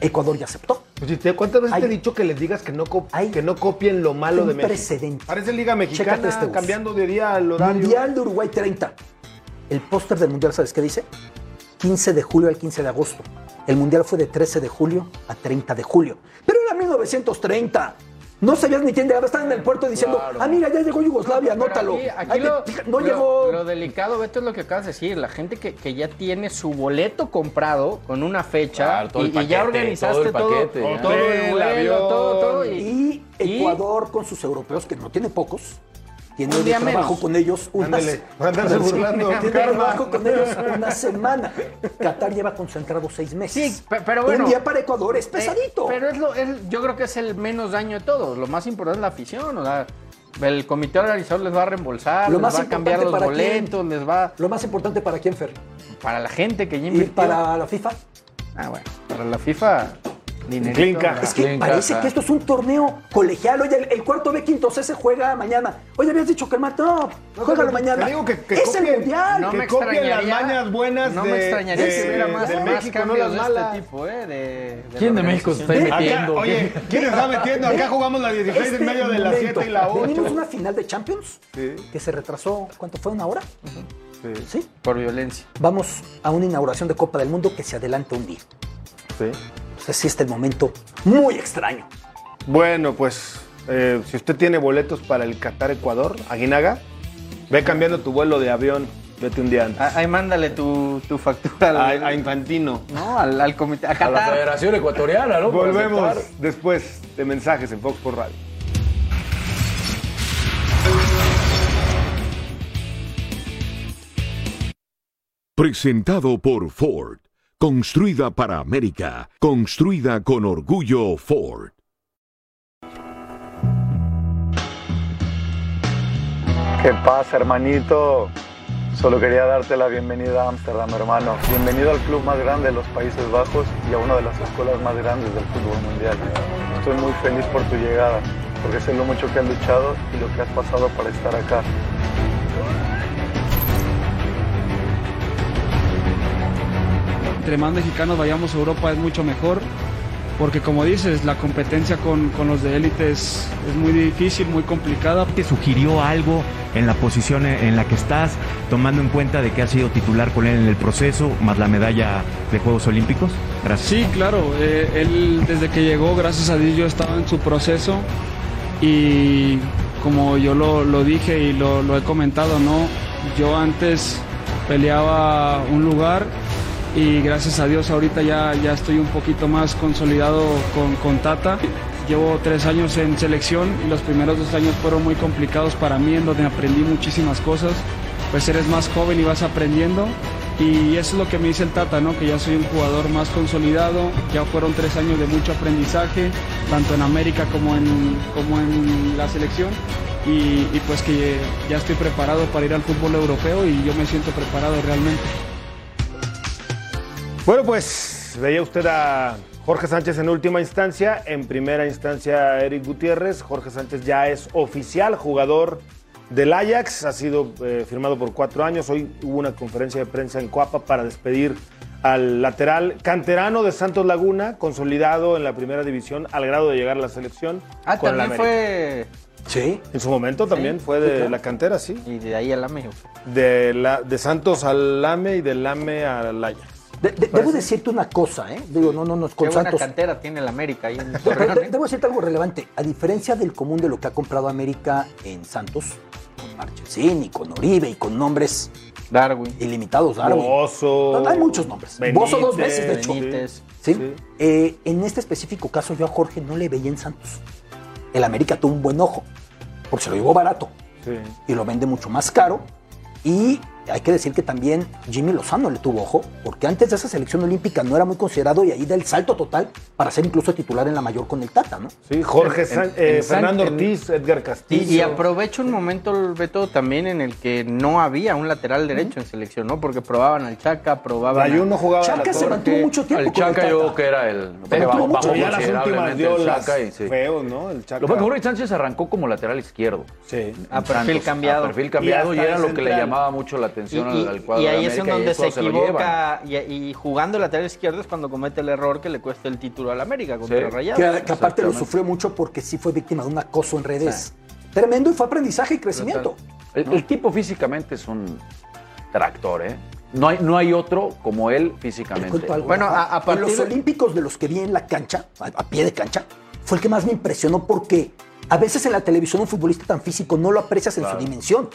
B: Ecuador ya aceptó.
A: Pues, si te- ¿Cuántas veces
B: Ay.
A: te he dicho que les digas que no, co-
B: Ay.
A: que no copien lo malo
B: Un
A: de México?
B: precedente.
A: Parece Liga Mexicana
B: Chécate este bus.
A: cambiando de día al horario.
B: Mundial de Uruguay 30. El póster del Mundial, ¿sabes qué dice? 15 de julio al 15 de agosto. El Mundial fue de 13 de julio a 30 de julio. Pero era 1930. No sabías ni quién llegaba. Estaban en el puerto diciendo, ah, mira, ya llegó Yugoslavia,
C: Pero
B: anótalo.
C: aquí- aquí
B: Ay,
C: lo,
B: fija- no
C: lo-
B: llegó...
C: lo delicado, Beto, es lo que acabas de decir. La gente que, que ya tiene su boleto comprado con una fecha
D: Claro, todo el
C: y, y
D: paquete,
C: ya organizaste
D: todo
C: todo.
D: el paquete,
C: todo,
D: ya.
A: Hotel,
C: el vuelo,
A: avión.
C: todo, todo,
B: Y
C: y-
B: Ecuador con sus europeos, que no tiene pocos, tiene
C: Un
B: de
C: día
B: trabajo
C: menos.
B: con ellos una
A: Ándale,
B: se-
A: ándale burlando,
B: Tiene
A: karma.
B: trabajo con ellos una semana. Qatar lleva concentrado seis meses.
C: Sí, pe- pero bueno.
B: Un día para Ecuador es pesadito.
C: Eh, pero es lo, es- yo creo que es el menos daño de todos. Lo más importante es la afición. O sea, el comité organizador les va a reembolsar,
B: Lo
C: les
B: más
C: va a cambiar
B: importante
C: los
B: para
C: boletos,
B: quién.
C: les va
B: Lo más importante para quién, Fer.
C: para la gente que ya
B: Y
C: invirtió.
B: para la FIFA.
C: Ah, bueno, para la FIFA, dinerito.
A: Clinca.
C: ¿verdad?
B: Es que
D: en
B: parece
D: casa.
B: que esto es un torneo colegial. Oye, el, el cuarto B, quinto C se juega mañana. Oye, habías dicho que el martes. No, juégalo
A: te-
B: mañana.
A: Te digo que, que
B: es el
A: copien-
B: mundial.
C: No
A: que
C: me
A: copien las
C: extrañaría-
A: mañas buenas
C: No
A: de,
C: me extrañaría
A: de-
C: que hubiera más,
A: del
C: más
A: México, no
C: cambios
A: las
C: de
A: malas.
C: este tipo, ¿eh? De, de
D: ¿Quién
C: la
D: de México se está
C: organización.
A: Acá,
D: metiendo?
A: oye, ¿quién está metiendo? Acá jugamos las 16
B: Este
A: en medio de las 7 y la
B: momento,
A: 8.
B: Venimos de una final de Champions
A: Sí.
B: que se retrasó, ¿cuánto fue? ¿Una hora? Sí.
C: Por violencia.
B: Vamos a una inauguración de Copa del Mundo que se adelanta un día. Entonces sí está el momento muy extraño.
A: Bueno, pues eh, si usted tiene boletos para el Qatar-Ecuador, Aguinaga, ve cambiando tu vuelo de avión, vete un día antes.
C: Ah, Ahí mándale tu, tu factura al,
A: A, a Infantino.
C: no, al, al comité. A
D: A la
C: Qatar.
D: Federación Ecuatoriana, ¿no? Para
A: Volvemos
D: aceptar.
A: después de mensajes en Fox por Radio.
E: Presentado por Ford. Construida para América. Construida con orgullo Ford.
F: ¿Qué pasa, hermanito? Solo quería darte la bienvenida a Ámsterdam, hermano. Bienvenido al club más grande de los Países Bajos y a una de las escuelas más grandes del fútbol mundial. Estoy muy feliz por tu llegada, porque sé lo mucho que has luchado y lo que has pasado para estar acá.
G: entre más mexicanos vayamos a Europa es mucho mejor. porque como dices, la competencia con, con los de élite es, es muy difícil, muy complicada.
H: ¿Te sugirió algo en la posición en la que estás, tomando en cuenta de que has sido titular con él en el proceso, más la medalla de Juegos Olímpicos? Gracias.
G: Sí, claro, eh, él desde que llegó, gracias a Dios, yo estaba en su proceso y como yo lo, lo dije y lo, lo he comentado, ¿no? Yo antes peleaba un lugar y gracias a Dios ahorita ya, ya estoy un poquito más consolidado con, con Tata. Llevo tres años en selección y los primeros dos años fueron muy complicados para mí en donde aprendí muchísimas cosas. Pues eres más joven y vas aprendiendo y eso es lo que me dice el Tata, ¿no? que ya soy un jugador más consolidado, ya fueron tres años de mucho aprendizaje, tanto en América como en, como en la selección. Y, y pues que ya estoy preparado para ir al fútbol europeo y yo me siento preparado realmente.
A: Bueno, pues veía usted a Jorge Sánchez en última instancia, en primera instancia Eric Gutiérrez. Jorge Sánchez ya es oficial jugador del Ajax, ha sido eh, firmado por cuatro años. Hoy hubo una conferencia de prensa en Coapa para despedir al lateral canterano de Santos Laguna, consolidado en la primera división al grado de llegar a la selección.
C: Ah,
A: con la
C: también
A: América.
C: fue.
B: Sí.
A: En su momento también fue de la cantera, sí.
C: Y de ahí al AME.
A: De, la, de Santos al Lame y del Lame al Ajax.
B: De- de- debo decirte una cosa, ¿eh? Digo, no, no, no,
C: Pues Qué
B: con
C: buena
B: Santos.
C: cantera tiene el América ahí en
B: Pero
C: Torreón,
B: de-
C: ¿eh?
B: debo decirte algo relevante. A diferencia del común de lo que ha comprado América en Santos, con Marchesín y con Oribe y con nombres
C: Darwin.
B: ilimitados, Darwin.
A: Bozo.
B: Hay muchos nombres. Bozo dos veces, de hecho.
C: Benítez.
B: ¿sí?
A: Sí.
B: Eh, en este específico caso, yo a Jorge no le veía en Santos. El América tuvo un buen ojo, porque se lo llevó barato
A: Sí.
B: y lo vende mucho más caro. Y hay que decir que también Jimmy Lozano le tuvo ojo, porque antes de esa selección olímpica no era muy considerado y ahí da el salto total para ser incluso titular en la mayor con el Tata, ¿no?
A: Sí, Jorge San-
C: en-
A: eh,
C: en San-
A: Fernando
C: en-
A: Ortiz, Edgar Castillo.
C: Y, y aprovecho un momento, Beto, también en el que no había un lateral derecho en selección, ¿no? Porque probaban al Chaca, probaban. a-
A: Ayuno jugaba. a la
B: Chaca se
A: torre.
B: mantuvo mucho tiempo
D: El
B: con el
D: Chaca yo
B: Tata.
D: que era el
B: Pero tuvo mucho-
A: Pero ya las últimas
D: considerablemente
A: dio
D: el
A: las
D: Chaca y sí.
A: feo, ¿no? El Chaca.
D: Lo que Jorge Sánchez arrancó como lateral izquierdo.
A: Sí.
C: A
D: En
C: perfil cambiado.
D: A perfil
A: Y
D: cambiado y,
A: hasta
D: era
A: de
D: lo que le
A: central.
D: llamaba mucho la atención al- al cuadro
C: y
D: de
C: ahí es en
D: América, y
C: donde
D: eso
C: se
D: lo llevan.
C: equivoca y, y jugando lateral izquierdo es cuando comete el error que le cuesta el título al América contra
D: Sí.
C: el Rayados.
B: Que, que aparte lo sufrió mucho porque sí fue víctima de un acoso en redes. Tremendo y fue aprendizaje y crecimiento.
D: El, el tipo físicamente es un tractor, ¿eh? No hay, no hay otro como él
B: Te
D: físicamente.
B: cuento algo,
C: Bueno,
B: Rafa.
C: a- a partir
B: En los
C: de-
B: olímpicos de los que vi en la cancha, a, a pie de cancha, fue el que más me impresionó porque a veces en la televisión un futbolista tan físico no lo aprecias en su dimensión.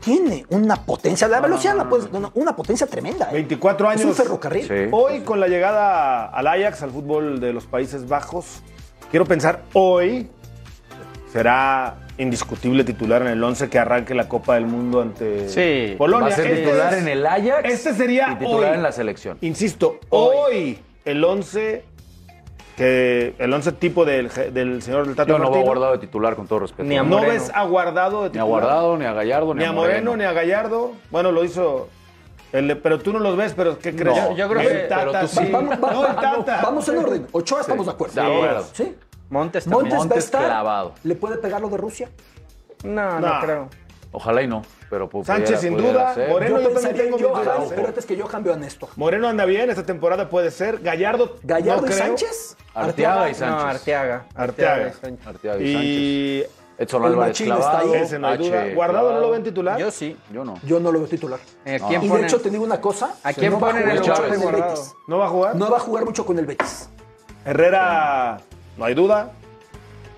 B: Tiene una potencia, la velocidad la puedes- no, no, una potencia tremenda. ¿eh?
A: 24
B: Es un
A: años.
B: ferrocarril.
D: Sí.
A: Hoy, con la llegada al Ajax, al fútbol de los Países Bajos, quiero pensar hoy será indiscutible titular en el 11 que arranque la Copa del Mundo ante
C: Sí.
A: Polonia.
D: Va a ser
A: Este
D: titular
A: es-
D: en el Ajax
A: Este sería
D: y titular
A: hoy.
D: en la selección.
A: Insisto, hoy, el 11 que el 11 tipo del, je- del señor del Tata
D: Yo no voy
A: Martino,
D: a Guardado de titular con todo respeto.
C: Ni a
A: no
C: Moreno.
A: ves a Guardado de
D: Ni a
A: titular.
D: Guardado, ni a Gallardo,
A: ni a Moreno, ni a Gallardo. Bueno, lo hizo. el de- pero tú no los ves, pero ¿qué crees?
C: Yo- yo creo
A: El
C: que-
A: Tata,
D: pero tú
A: sí.
D: sí.
B: Vamos, va-
A: No, el
B: va-
A: Tata.
B: vamos en orden. Ochoa estamos de acuerdo.
D: De acuerdo.
B: Sí.
C: Montes también.
B: Montes, va a
D: Montes
B: estar.
D: clavado.
B: ¿Le puede pegar lo de Rusia?
C: No, no,
A: No.
C: creo.
D: Ojalá y no, pero pu-
A: Sánchez,
D: pudiera-
A: sin
D: pudiera
A: duda,
D: ser.
A: Moreno, yo también
B: pensaría en
A: tengo mis
B: Johan,
A: dudas, ¿eh?
B: pero antes que Johan veo a Néstor.
A: Moreno anda bien, esta temporada puede ser. Gallardo,
B: Gallardo
A: no
B: y
A: creo.
B: Sánchez.
D: Arteaga y
C: No,
D: Sánchez.
C: Arteaga.
A: Arteaga.
C: y Sánchez.
D: Arteaga y Sánchez.
A: Y
D: Edson
B: El
D: Álvarez
B: Machín está
D: clavado.
B: ahí.
A: ese no hay
D: H
A: duda. ¿Guardado no lo ven titular?
C: Yo sí.
D: Yo no.
B: Yo no lo veo titular.
C: Eh, ¿quién
B: y
C: pone?
B: de hecho te digo una cosa.
C: ¿A quién
B: va
C: ponen
B: jugar
D: el
B: mucho
D: ocho de
B: con el
C: Guardado?
B: Betis.
A: ¿No va a jugar?
B: No va a jugar mucho con el Betis.
A: Herrera, no hay duda.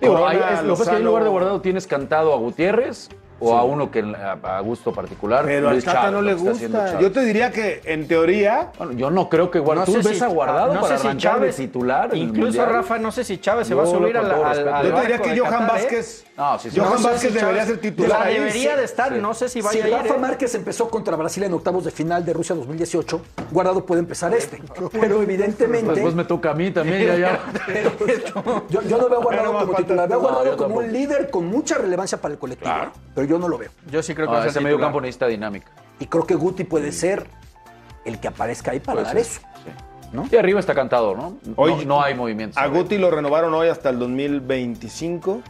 D: Digo,
A: Corona,
D: ahí es- lo que pasa es que ahí
A: Lozano.
D: en lugar de guardado tienes cantado a Gutiérrez o a uno que a, a gusto particular.
A: Pero al
D: Luis
A: Tata
D: Chávez,
A: no
D: lo
A: le
D: que está haciendo
A: gusta.
D: Chávez.
A: Yo te diría que, en teoría,
D: Bueno, yo no creo que guardado. ¿Tú ves a guardado
C: no
D: para
C: sé si
D: arrancar
C: Chávez-
D: de titular? en el
C: Incluso
D: Mundial?
C: Rafa, no sé si Chávez se va a
D: No, no,
C: subir
D: con
C: a la-
D: todo
C: al,
D: respeto.
C: al
A: yo te diría
C: barco
A: que
C: de
A: Johan
C: Qatar, ¿eh?
A: Vázquez.
D: No, sí, sí.
A: Johan
D: No sé si
A: Vázquez debería
C: Chávez-
A: ser titular.
C: Ya
A: ahí,
C: debería
A: sí.
C: de estar,
D: Sí.
C: no sé si
B: Si
C: vaya a ir.
B: Rafa
C: ¿eh?
B: Márquez empezó contra Brasil en octavos de final de Rusia 2018, Guardado puede empezar este.
A: Pues
B: Pero evidentemente,
D: Después Pues me toca a mí también. Ya, ya.
B: yo, yo no veo a
A: Pero
B: Guardado
A: más
B: como
A: falta-
B: titular. Veo a
D: No,
B: Guardado
D: yo
B: como un
D: tampoco.
B: líder con mucha relevancia para el colectivo. Pero yo no lo veo.
C: Yo sí creo que
D: No,
C: va a ser
D: ese medio
C: titular.
D: campo necesita dinámica.
B: Y creo que Guti puede ser el que aparezca ahí para
D: Puede
B: dar eso.
D: ser, sí. Y arriba está cantado, ¿no? No-
A: Hoy-
D: no, hay movimientos.
A: A Guti lo renovaron hoy hasta el 2025.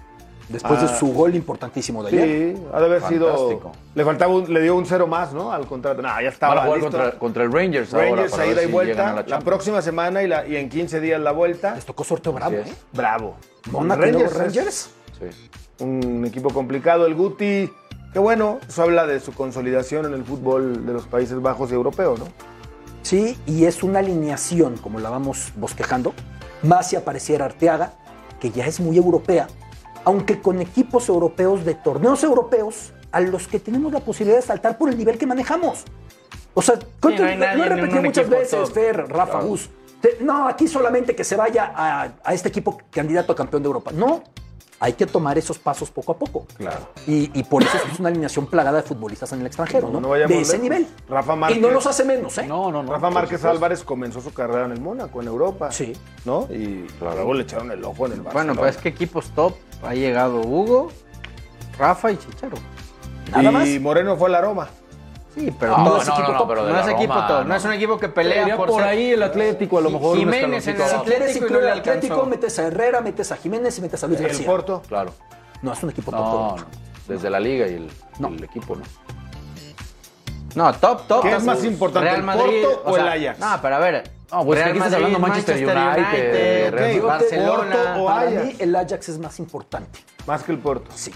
B: después de
A: Ah.
B: su gol importantísimo de ayer.
A: Sí, ha de haber
D: Fantástico.
A: sido. Le faltaba un- le dio un cero más, ¿no? Al contrato. No, ya estaba.
D: Van a jugar
A: listo.
D: contra, contra el Rangers, ahora.
A: Rangers
D: para
A: ahí
D: ver
A: da y
D: si
A: vuelta.
D: llegan a
A: La,
D: Champions.
A: próxima semana y, la, y en 15 días la vuelta.
B: Les tocó sorteo bravo,
D: Así
B: ¿eh?
D: es. ¿eh?
A: Bravo.
B: Mónaco y luego
A: Rangers,
B: Rangers.
D: Sí.
A: es Un equipo complicado. El Guti. Qué bueno. Eso habla de su consolidación en el fútbol de los Países Bajos y europeo, ¿no?
B: Sí, y es una alineación, como la vamos bosquejando, más si apareciera Arteaga, que ya es muy europea, aunque con equipos europeos de torneos europeos a los que tenemos la posibilidad de saltar por el nivel que manejamos. O sea, ¿cuánto-
C: no hay nadie,
B: lo he
C: ni
B: repetido
C: un
B: muchas
C: equipo
B: veces,
C: top.
B: Fer, Rafa, Gus. Te- No, aquí solamente que se vaya a, a este equipo candidato a campeón de Europa. No, hay que tomar esos pasos poco a poco. Claro. Y, y por eso es una alineación plagada de futbolistas en el extranjero, ¿no?
A: No, no vayamos
B: de ese
A: lejos.
B: nivel.
A: Rafa
B: Y no
A: Márquez.
B: los hace menos, ¿eh?
D: No, no, no. pues
A: Rafa Márquez Álvarez comenzó su carrera en el Mónaco, en Europa.
B: Sí.
A: ¿No? Y luego le echaron el ojo en el Barcelona.
C: Bueno, pero es que equipos top ha llegado Hugo, Rafa y Chicharo.
B: Nada más.
A: Y Moreno fue al aroma.
C: Sí, pero
D: No,
C: no, es
D: no,
C: equipo
D: Ah, no,
C: top.
D: pero de
C: no es
D: la
C: equipo
D: Roma,
C: top, no.
D: no.
C: es un equipo que pelea
D: Sería
C: por,
D: por
C: ser-
D: ahí el Atlético, a lo
C: Ji-
D: mejor un
C: Jiménez en
D: escaloncito
C: el
D: abajo.
B: Quieres
C: Atlético y no
B: incluir
C: le
B: al
C: alcanzó.
B: Atlético, metes a Herrera, metes a Jiménez y metes a Luis
A: El
B: García.
A: Porto.
D: Claro.
B: No, es un equipo top.
D: No,
B: top.
D: no. Desde la liga y el,
B: No.
D: el equipo, ¿no?
C: No, top, top.
A: ¿Qué es
C: top.
A: más importante, el Porto o el Ajax?
C: No, pero a ver.
D: No, pues, aquí estás hablando Manchester United, Real
A: Madrid.
C: Barcelona.
A: Porto o
B: Para
A: Ajax.
B: mí, el Ajax es más importante.
A: Más que el Porto.
B: Sí.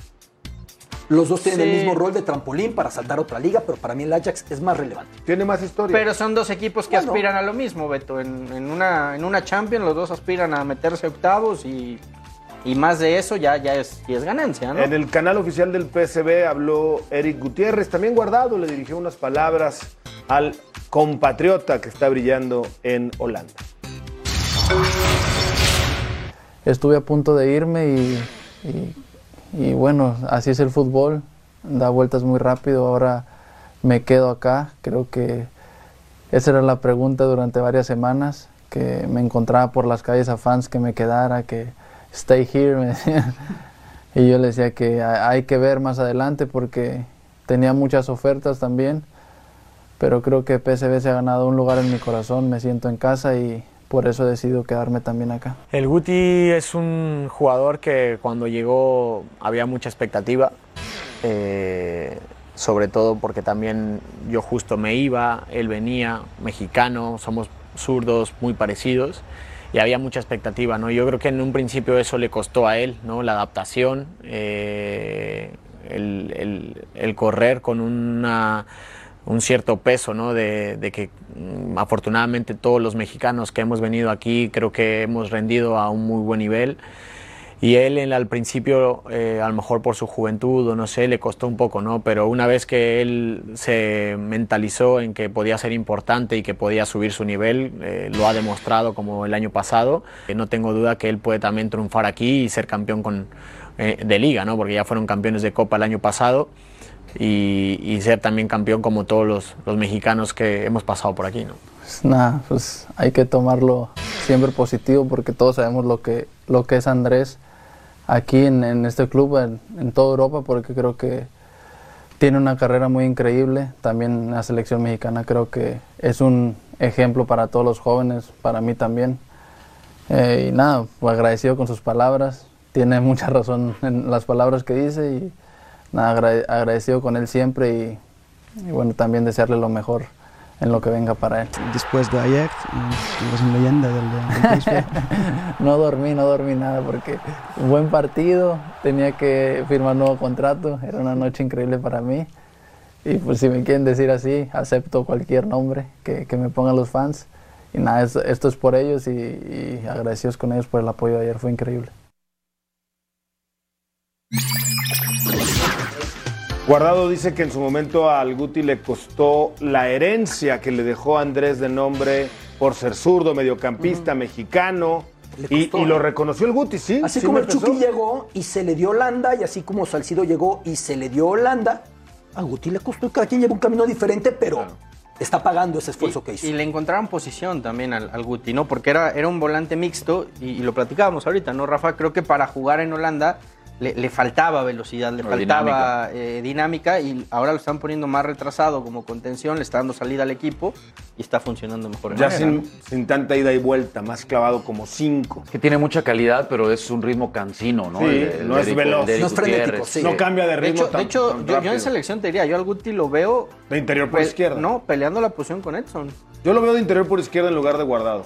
B: Los dos tienen el
C: Sí.
B: mismo rol de trampolín para saltar a otra liga, pero para mí el Ajax es más relevante.
A: Tiene más historia.
C: Pero son dos equipos que
B: Bueno.
C: aspiran a lo mismo, Beto. En, en una, en una Champions los dos aspiran a meterse a octavos y, y más de eso ya, ya es, y es ganancia, ¿no?
A: En el canal oficial del PSB habló Eric Gutiérrez, también guardado, le dirigió unas palabras al compatriota que está brillando en Holanda.
I: estuve a punto de irme y, y- y bueno, así es el fútbol, da vueltas muy rápido, ahora me quedo acá, creo que esa era la pregunta durante varias semanas, que me encontraba por las calles a fans que me quedara, que stay here, me decían. y yo les decía que ha- hay que ver más adelante porque tenía muchas ofertas también, pero creo que PSV se ha ganado un lugar en mi corazón, me siento en casa y por eso he decidido quedarme también acá.
J: El Guti es un jugador que cuando llegó había mucha expectativa, eh, sobre todo porque también yo justo me iba, él venía, mexicano, somos zurdos muy parecidos y había mucha expectativa, ¿no? Yo creo que en un principio eso le costó a él, ¿no? La adaptación, eh, el, el- el correr con una- un cierto peso, ¿no? De, de que mm, afortunadamente todos los mexicanos que hemos venido aquí creo que hemos rendido a un muy buen nivel. Y él él al principio, eh, a lo mejor por su juventud o no sé, le costó un poco, ¿no? Pero una vez que él se mentalizó en que podía ser importante y que podía subir su nivel, eh, lo ha demostrado como el año pasado. Eh, no tengo duda que él puede también triunfar aquí y ser campeón con, eh, de liga, ¿no? Porque ya fueron campeones de Copa el año pasado y, y ser también campeón como todos los, los mexicanos que hemos pasado por aquí, ¿no?
I: Pues nada, pues hay que tomarlo siempre positivo porque todos sabemos lo que, lo que es Andrés aquí en, en este club, en, en toda Europa, porque creo que tiene una carrera muy increíble. También en la selección mexicana creo que es un ejemplo para todos los jóvenes, para mí también. Eh, y nada, pues agradecido con sus palabras. Tiene mucha razón en las palabras que dice y nada, agra- agradecido con él siempre y, y bueno, también desearle lo mejor en lo que venga para él.
K: después de ayer, eres una leyenda del, del PSV.
I: No dormí, no dormí nada porque un buen partido, tenía que firmar nuevo contrato, era una noche increíble para mí. Y pues si me quieren decir así, acepto cualquier nombre que, que me pongan los fans. Y nada, es- esto es por ellos y, y agradecidos con ellos por el apoyo de ayer, fue increíble.
A: Guardado dice que en su momento al Guti le costó la herencia que le dejó Andrés de nombre por ser zurdo, mediocampista, mexicano.
B: Le
A: Y,
B: costó,
A: y lo
B: ¿no?
A: reconoció el Guti, sí.
B: Así
A: sí
B: como
A: me
B: el Chucky
A: pesó.
B: llegó y se le dio Holanda, y así como Salcido llegó y se le dio Holanda, a Guti le costó, cada quien lleva un camino diferente, pero está pagando ese esfuerzo
C: Y-
B: que hizo.
C: Y le encontraron posición también al, al Guti, ¿no? Porque era, era un volante mixto y, y lo platicábamos ahorita, ¿no, Rafa? Creo que para jugar en Holanda le, le faltaba velocidad, le
D: O
C: faltaba eh, dinámica. y ahora lo están poniendo más retrasado como contención, le está dando salida al equipo y está funcionando mejor.
A: Ya sin, sin tanta ida y vuelta, más clavado como cinco.
D: Que tiene mucha calidad, pero es un ritmo cansino, ¿no?
A: Sí,
D: El- el
A: no
D: de
A: es
D: Eric-
A: veloz.
D: el de Eric
A: No es frenético,
D: Gutiérrez,
A: sí. No cambia de ritmo
C: hecho,
A: tan-
C: de hecho
A: tan
C: yo- yo,
A: rápido.
C: en selección te diría, yo al Guti lo veo...
A: De interior por izquierda.
C: No, peleando la posición con Edson.
A: Yo lo veo de interior por izquierda en lugar de guardado.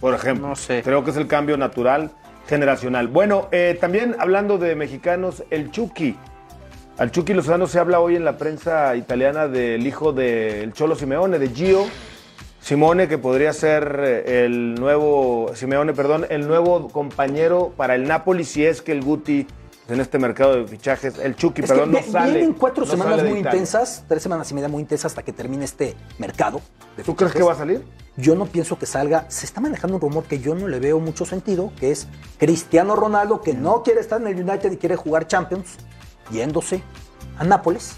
A: Por ejemplo. Creo que es el cambio natural, generacional. Bueno, eh, también hablando de mexicanos, el Chucky. Al Chucky Lozano se habla hoy en la prensa italiana del hijo del Cholo Simeone, de Gio Simone, que podría ser eh, el nuevo, Simeone, perdón, el nuevo compañero para el Napoli, si es que el Guti en este mercado de fichajes, el Chucky,
B: Es que
A: perdón, no
B: vi-
A: sale.
B: Vienen cuatro
A: no
B: semanas
A: sale de
B: muy
A: Italia.
B: intensas, tres semanas y media muy intensas hasta que termine este mercado.
A: ¿Tú crees que va a salir?
B: Yo no pienso que salga. Se está manejando un rumor que yo no le veo mucho sentido, que es Cristiano Ronaldo, que no quiere estar en el United y quiere jugar Champions, yéndose a Nápoles,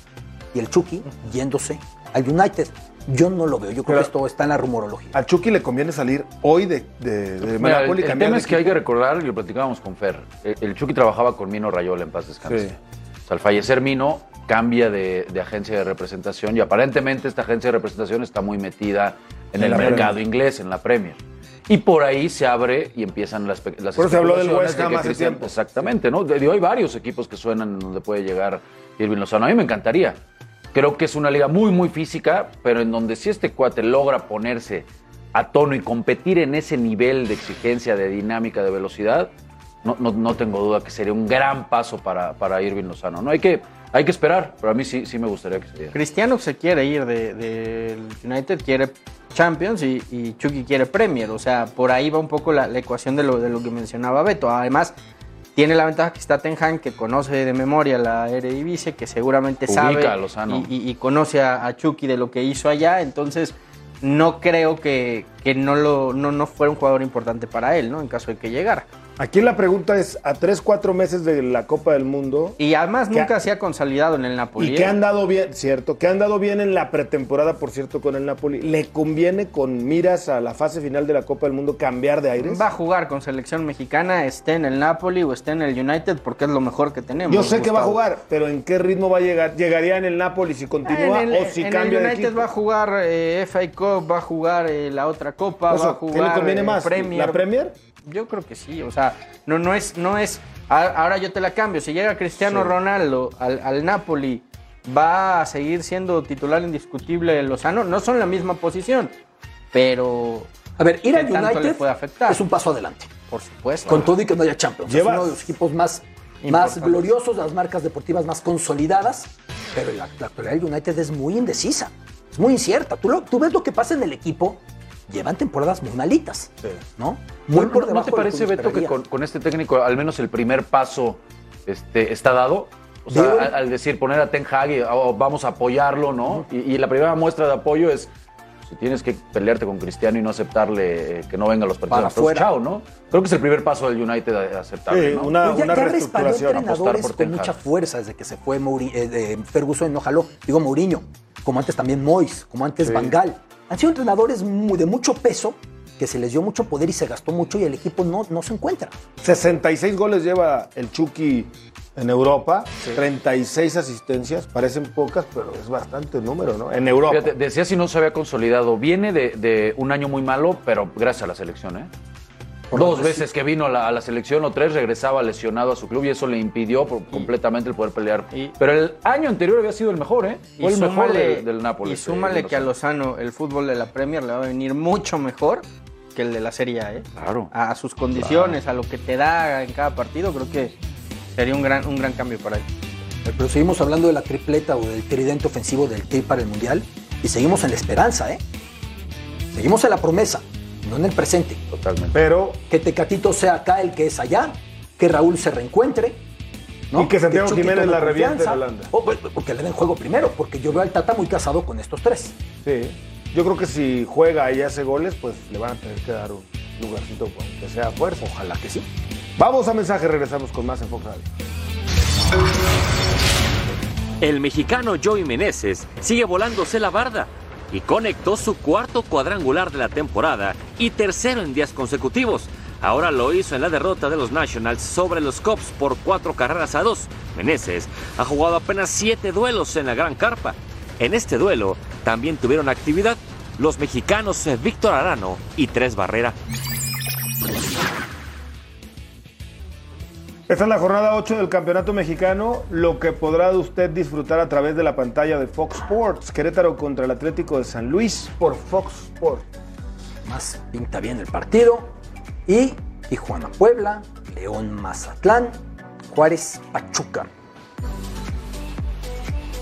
B: y el Chucky yéndose al United. Yo no lo veo. Yo creo que esto está en la rumorología.
A: ¿A Chucky le conviene salir hoy de, de, de
D: Mira, el,
A: Napoli,
D: el
A: cambiar
D: tema
A: de
D: es que hay
A: equipo?
D: que recordar, y lo platicábamos con Fer, el, el Chucky trabajaba con Mino Rayola en paz descanse.
A: Sí.
D: O sea, al fallecer Mino, cambia de, de agencia de representación y aparentemente esta agencia de representación está muy metida en,
A: En
D: el
A: la
D: mercado
A: Premier.
D: inglés, en la Premier. Y por ahí se abre y empiezan las, pe- las
A: Por eso se habló del
D: especulaciones
A: West
D: de que
A: Ham hace
D: Cristian-
A: tiempo.
D: Exactamente, ¿no? De- de- hay varios equipos que suenan en donde puede llegar Irving Lozano. A mí me encantaría. Creo que es una liga muy, muy física, pero en donde si este cuate logra ponerse a tono y competir en ese nivel de exigencia, de dinámica, de velocidad, no, no- no tengo duda que sería un gran paso para, para Irving Lozano. No hay que, hay que esperar, pero a mí sí, sí me gustaría que se diera.
C: Cristiano se quiere ir de- del United, quiere Champions y, y Chucky quiere Premier. O sea, por ahí va un poco la, la ecuación de lo, de lo que mencionaba Beto. Además, tiene la ventaja que está Ten Hag, que conoce de memoria la Eredivisie, que seguramente
D: Ubica
C: sabe
D: a Lozano.
C: y, y- y conoce a, a Chucky de lo que hizo allá. Entonces, no creo que, que no, lo, no, no fuera un jugador importante para él, ¿no? En caso de que llegara.
A: Aquí la pregunta es, a 3, 4 meses de la Copa del Mundo,
C: Y además
A: ¿Qué-
C: nunca se ha consolidado en el Napoli.
A: y
C: ¿eh?
A: que han dado bien, cierto, que han dado bien en la pretemporada, por cierto, con el Napoli, ¿le conviene con miras a la fase final de la Copa del Mundo cambiar de aires?
C: Va a jugar con selección mexicana, esté en el Napoli o esté en el United, porque es lo mejor que tenemos.
A: Yo sé que va a
C: Gustavo.
A: jugar, pero ¿en qué ritmo va a llegar? ¿Llegaría en el Napoli si continúa
C: Ah, En el,
A: o si
C: en
A: cambia
C: el
A: de
C: United
A: equipo?
C: va a jugar eh, FA Cup, va a jugar eh, la otra copa,
A: Por eso,
C: va a jugar
A: ¿Qué le conviene
C: eh,
A: más?
C: Premier.
A: ¿La Premier?
C: Yo creo que sí, o sea, no, no es, no es, a- ahora yo te la cambio, si llega Cristiano Ronaldo al, al Napoli, va a seguir siendo titular indiscutible Lozano, no son la misma posición, pero...
B: A ver, ir
C: ¿qué
B: al
C: tanto le
B: United
C: puede afectar?
B: es un paso adelante.
C: Por supuesto.
B: Con todo y que no haya Champions.
C: Llevas-
B: Es uno de los equipos más, más
C: Importantes.
B: gloriosos, las marcas deportivas más consolidadas. Pero la, la actualidad del United es muy indecisa, es muy incierta. Tú, lo- tú ves lo que pasa en el equipo, llevan temporadas muy malitas, ¿no? Muy
D: ¿No-
B: por
D: no-
B: debajo
D: ¿No te
B: de lo que
D: parece,
B: uno
D: Beto, que
B: esperaría.
D: con, con este técnico al menos el primer paso este, está dado? O sea,
B: Digo-
D: al, al decir poner a Ten Hag y oh, vamos a apoyarlo, ¿no? Y, y la primera muestra de apoyo es si tienes que pelearte con Cristiano y no aceptarle eh, que no venga a los partidos.
B: Para
D: entonces,
B: afuera.
D: chao, ¿no? Creo que es el primer paso del United a a aceptarle,
A: Sí,
D: ¿no?
A: una-
B: Pero ya, ya respaldó
D: apostar
B: entrenadores
D: por
B: con
D: Ten Hag.
B: mucha fuerza desde que se fue Mouri- eh, eh, Ferguson, no jaló, digo Mourinho, como antes también Moyes, como antes
J: Sí.
B: Van Gaal. Han sido entrenadores muy- de mucho peso, que se les dio mucho poder y se gastó mucho y el equipo no, no se encuentra.
A: 66 goles lleva el Chucky en Europa, 36 asistencias, parecen pocas, pero es bastante número, ¿no? En Europa.
D: Fíjate, decía si no se había consolidado. Viene de, de un año muy malo, pero gracias a la selección, ¿eh?
A: Por
D: Dos
A: lo que sí.
D: veces que vino a la, a la selección o tres regresaba lesionado a su club y eso le impidió por- completamente el poder pelear. pero el año anterior había sido el mejor, ¿eh? Fue el mejor
C: súmale-
D: del, eh, del Napoli.
C: Y súmale que a Lozano el fútbol de la Premier le va a venir mucho mejor que el de la Serie A, ¿eh?
D: Claro.
C: A sus condiciones, a lo que te da en cada partido, creo que sería un gran, un gran cambio para él.
B: Pero seguimos hablando de la tripleta o del tridente ofensivo del TRI para el Mundial y seguimos en la esperanza, ¿eh? Seguimos en la promesa, no en el presente.
D: Totalmente.
A: Pero
B: que Tecatito sea acá el que es allá, que Raúl se reencuentre. ¿no?
A: Y que Santiago
B: Chucky
A: Jiménez
B: tome
A: la reviente en
B: confianza.
A: Holanda.
B: O, pues, porque le den juego primero, porque yo veo al Tata muy casado con estos tres.
A: Sí. Yo creo que si juega y hace goles, pues le van a tener que dar un lugarcito para que sea fuerza. Ojalá que sí. Vamos a mensaje, regresamos con más Enfoque Radio.
L: El mexicano Joey Meneses sigue volándose la barda y conectó su cuarto cuadrangular de la temporada y tercero en días consecutivos, Ahora lo hizo en la derrota de los Nationals sobre los Cubs por cuatro carreras a dos. Meneses ha jugado apenas siete duelos en la Gran Carpa. En este duelo también tuvieron actividad los mexicanos eh, Víctor Arano y Tres Barrera.
A: Esta es la jornada 8 del Campeonato Mexicano, lo que podrá usted disfrutar a través de la pantalla de Fox Sports. Querétaro contra el Atlético de San Luis por Fox Sports.
B: Más pinta bien el partido. Y Tijuana Puebla, León Mazatlán, Juárez Pachuca.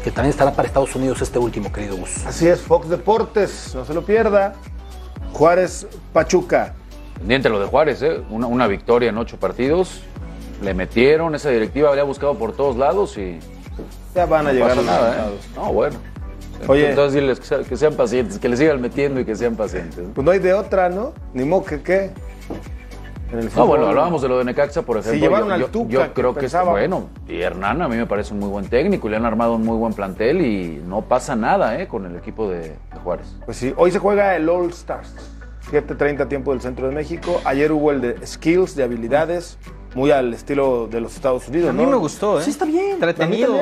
B: Que también estará para Estados Unidos este último, querido Gus.
A: Así es, Fox Deportes, no se lo pierda. Juárez Pachuca.
D: Pendiente lo de Juárez, ¿eh? Una, una victoria en ocho partidos. Le metieron, esa directiva habría buscado por todos lados y.
A: Ya van a
D: no
A: llegar
D: pasa
A: los
D: nada, ¿eh?
A: resultados.
D: No, bueno.
A: Oye.
D: Entonces diles que, sea- que sean pacientes, que le sigan metiendo y que sean pacientes. ¿no?
A: Pues no hay de otra, ¿no? Ni modo que qué. En el
D: No,
A: fútbol,
D: bueno, hablábamos de lo de Necaxa, por ejemplo.
A: llevaron
D: yo,
A: al
D: yo-
A: Tuca,
D: yo
A: que
D: creo que es
A: pensábamos.
D: bueno. Y Hernán a mí me parece un muy buen técnico. y Le han armado un muy buen plantel y no pasa nada ¿eh? con el equipo de, de Juárez.
A: Pues sí, hoy se juega el All Stars. 7.30 tiempo del centro de México. Ayer hubo el de skills, de habilidades, muy al estilo de los Estados Unidos.
C: A mí
A: ¿no?
C: me gustó, ¿eh? Sí, está bien. Entretenido,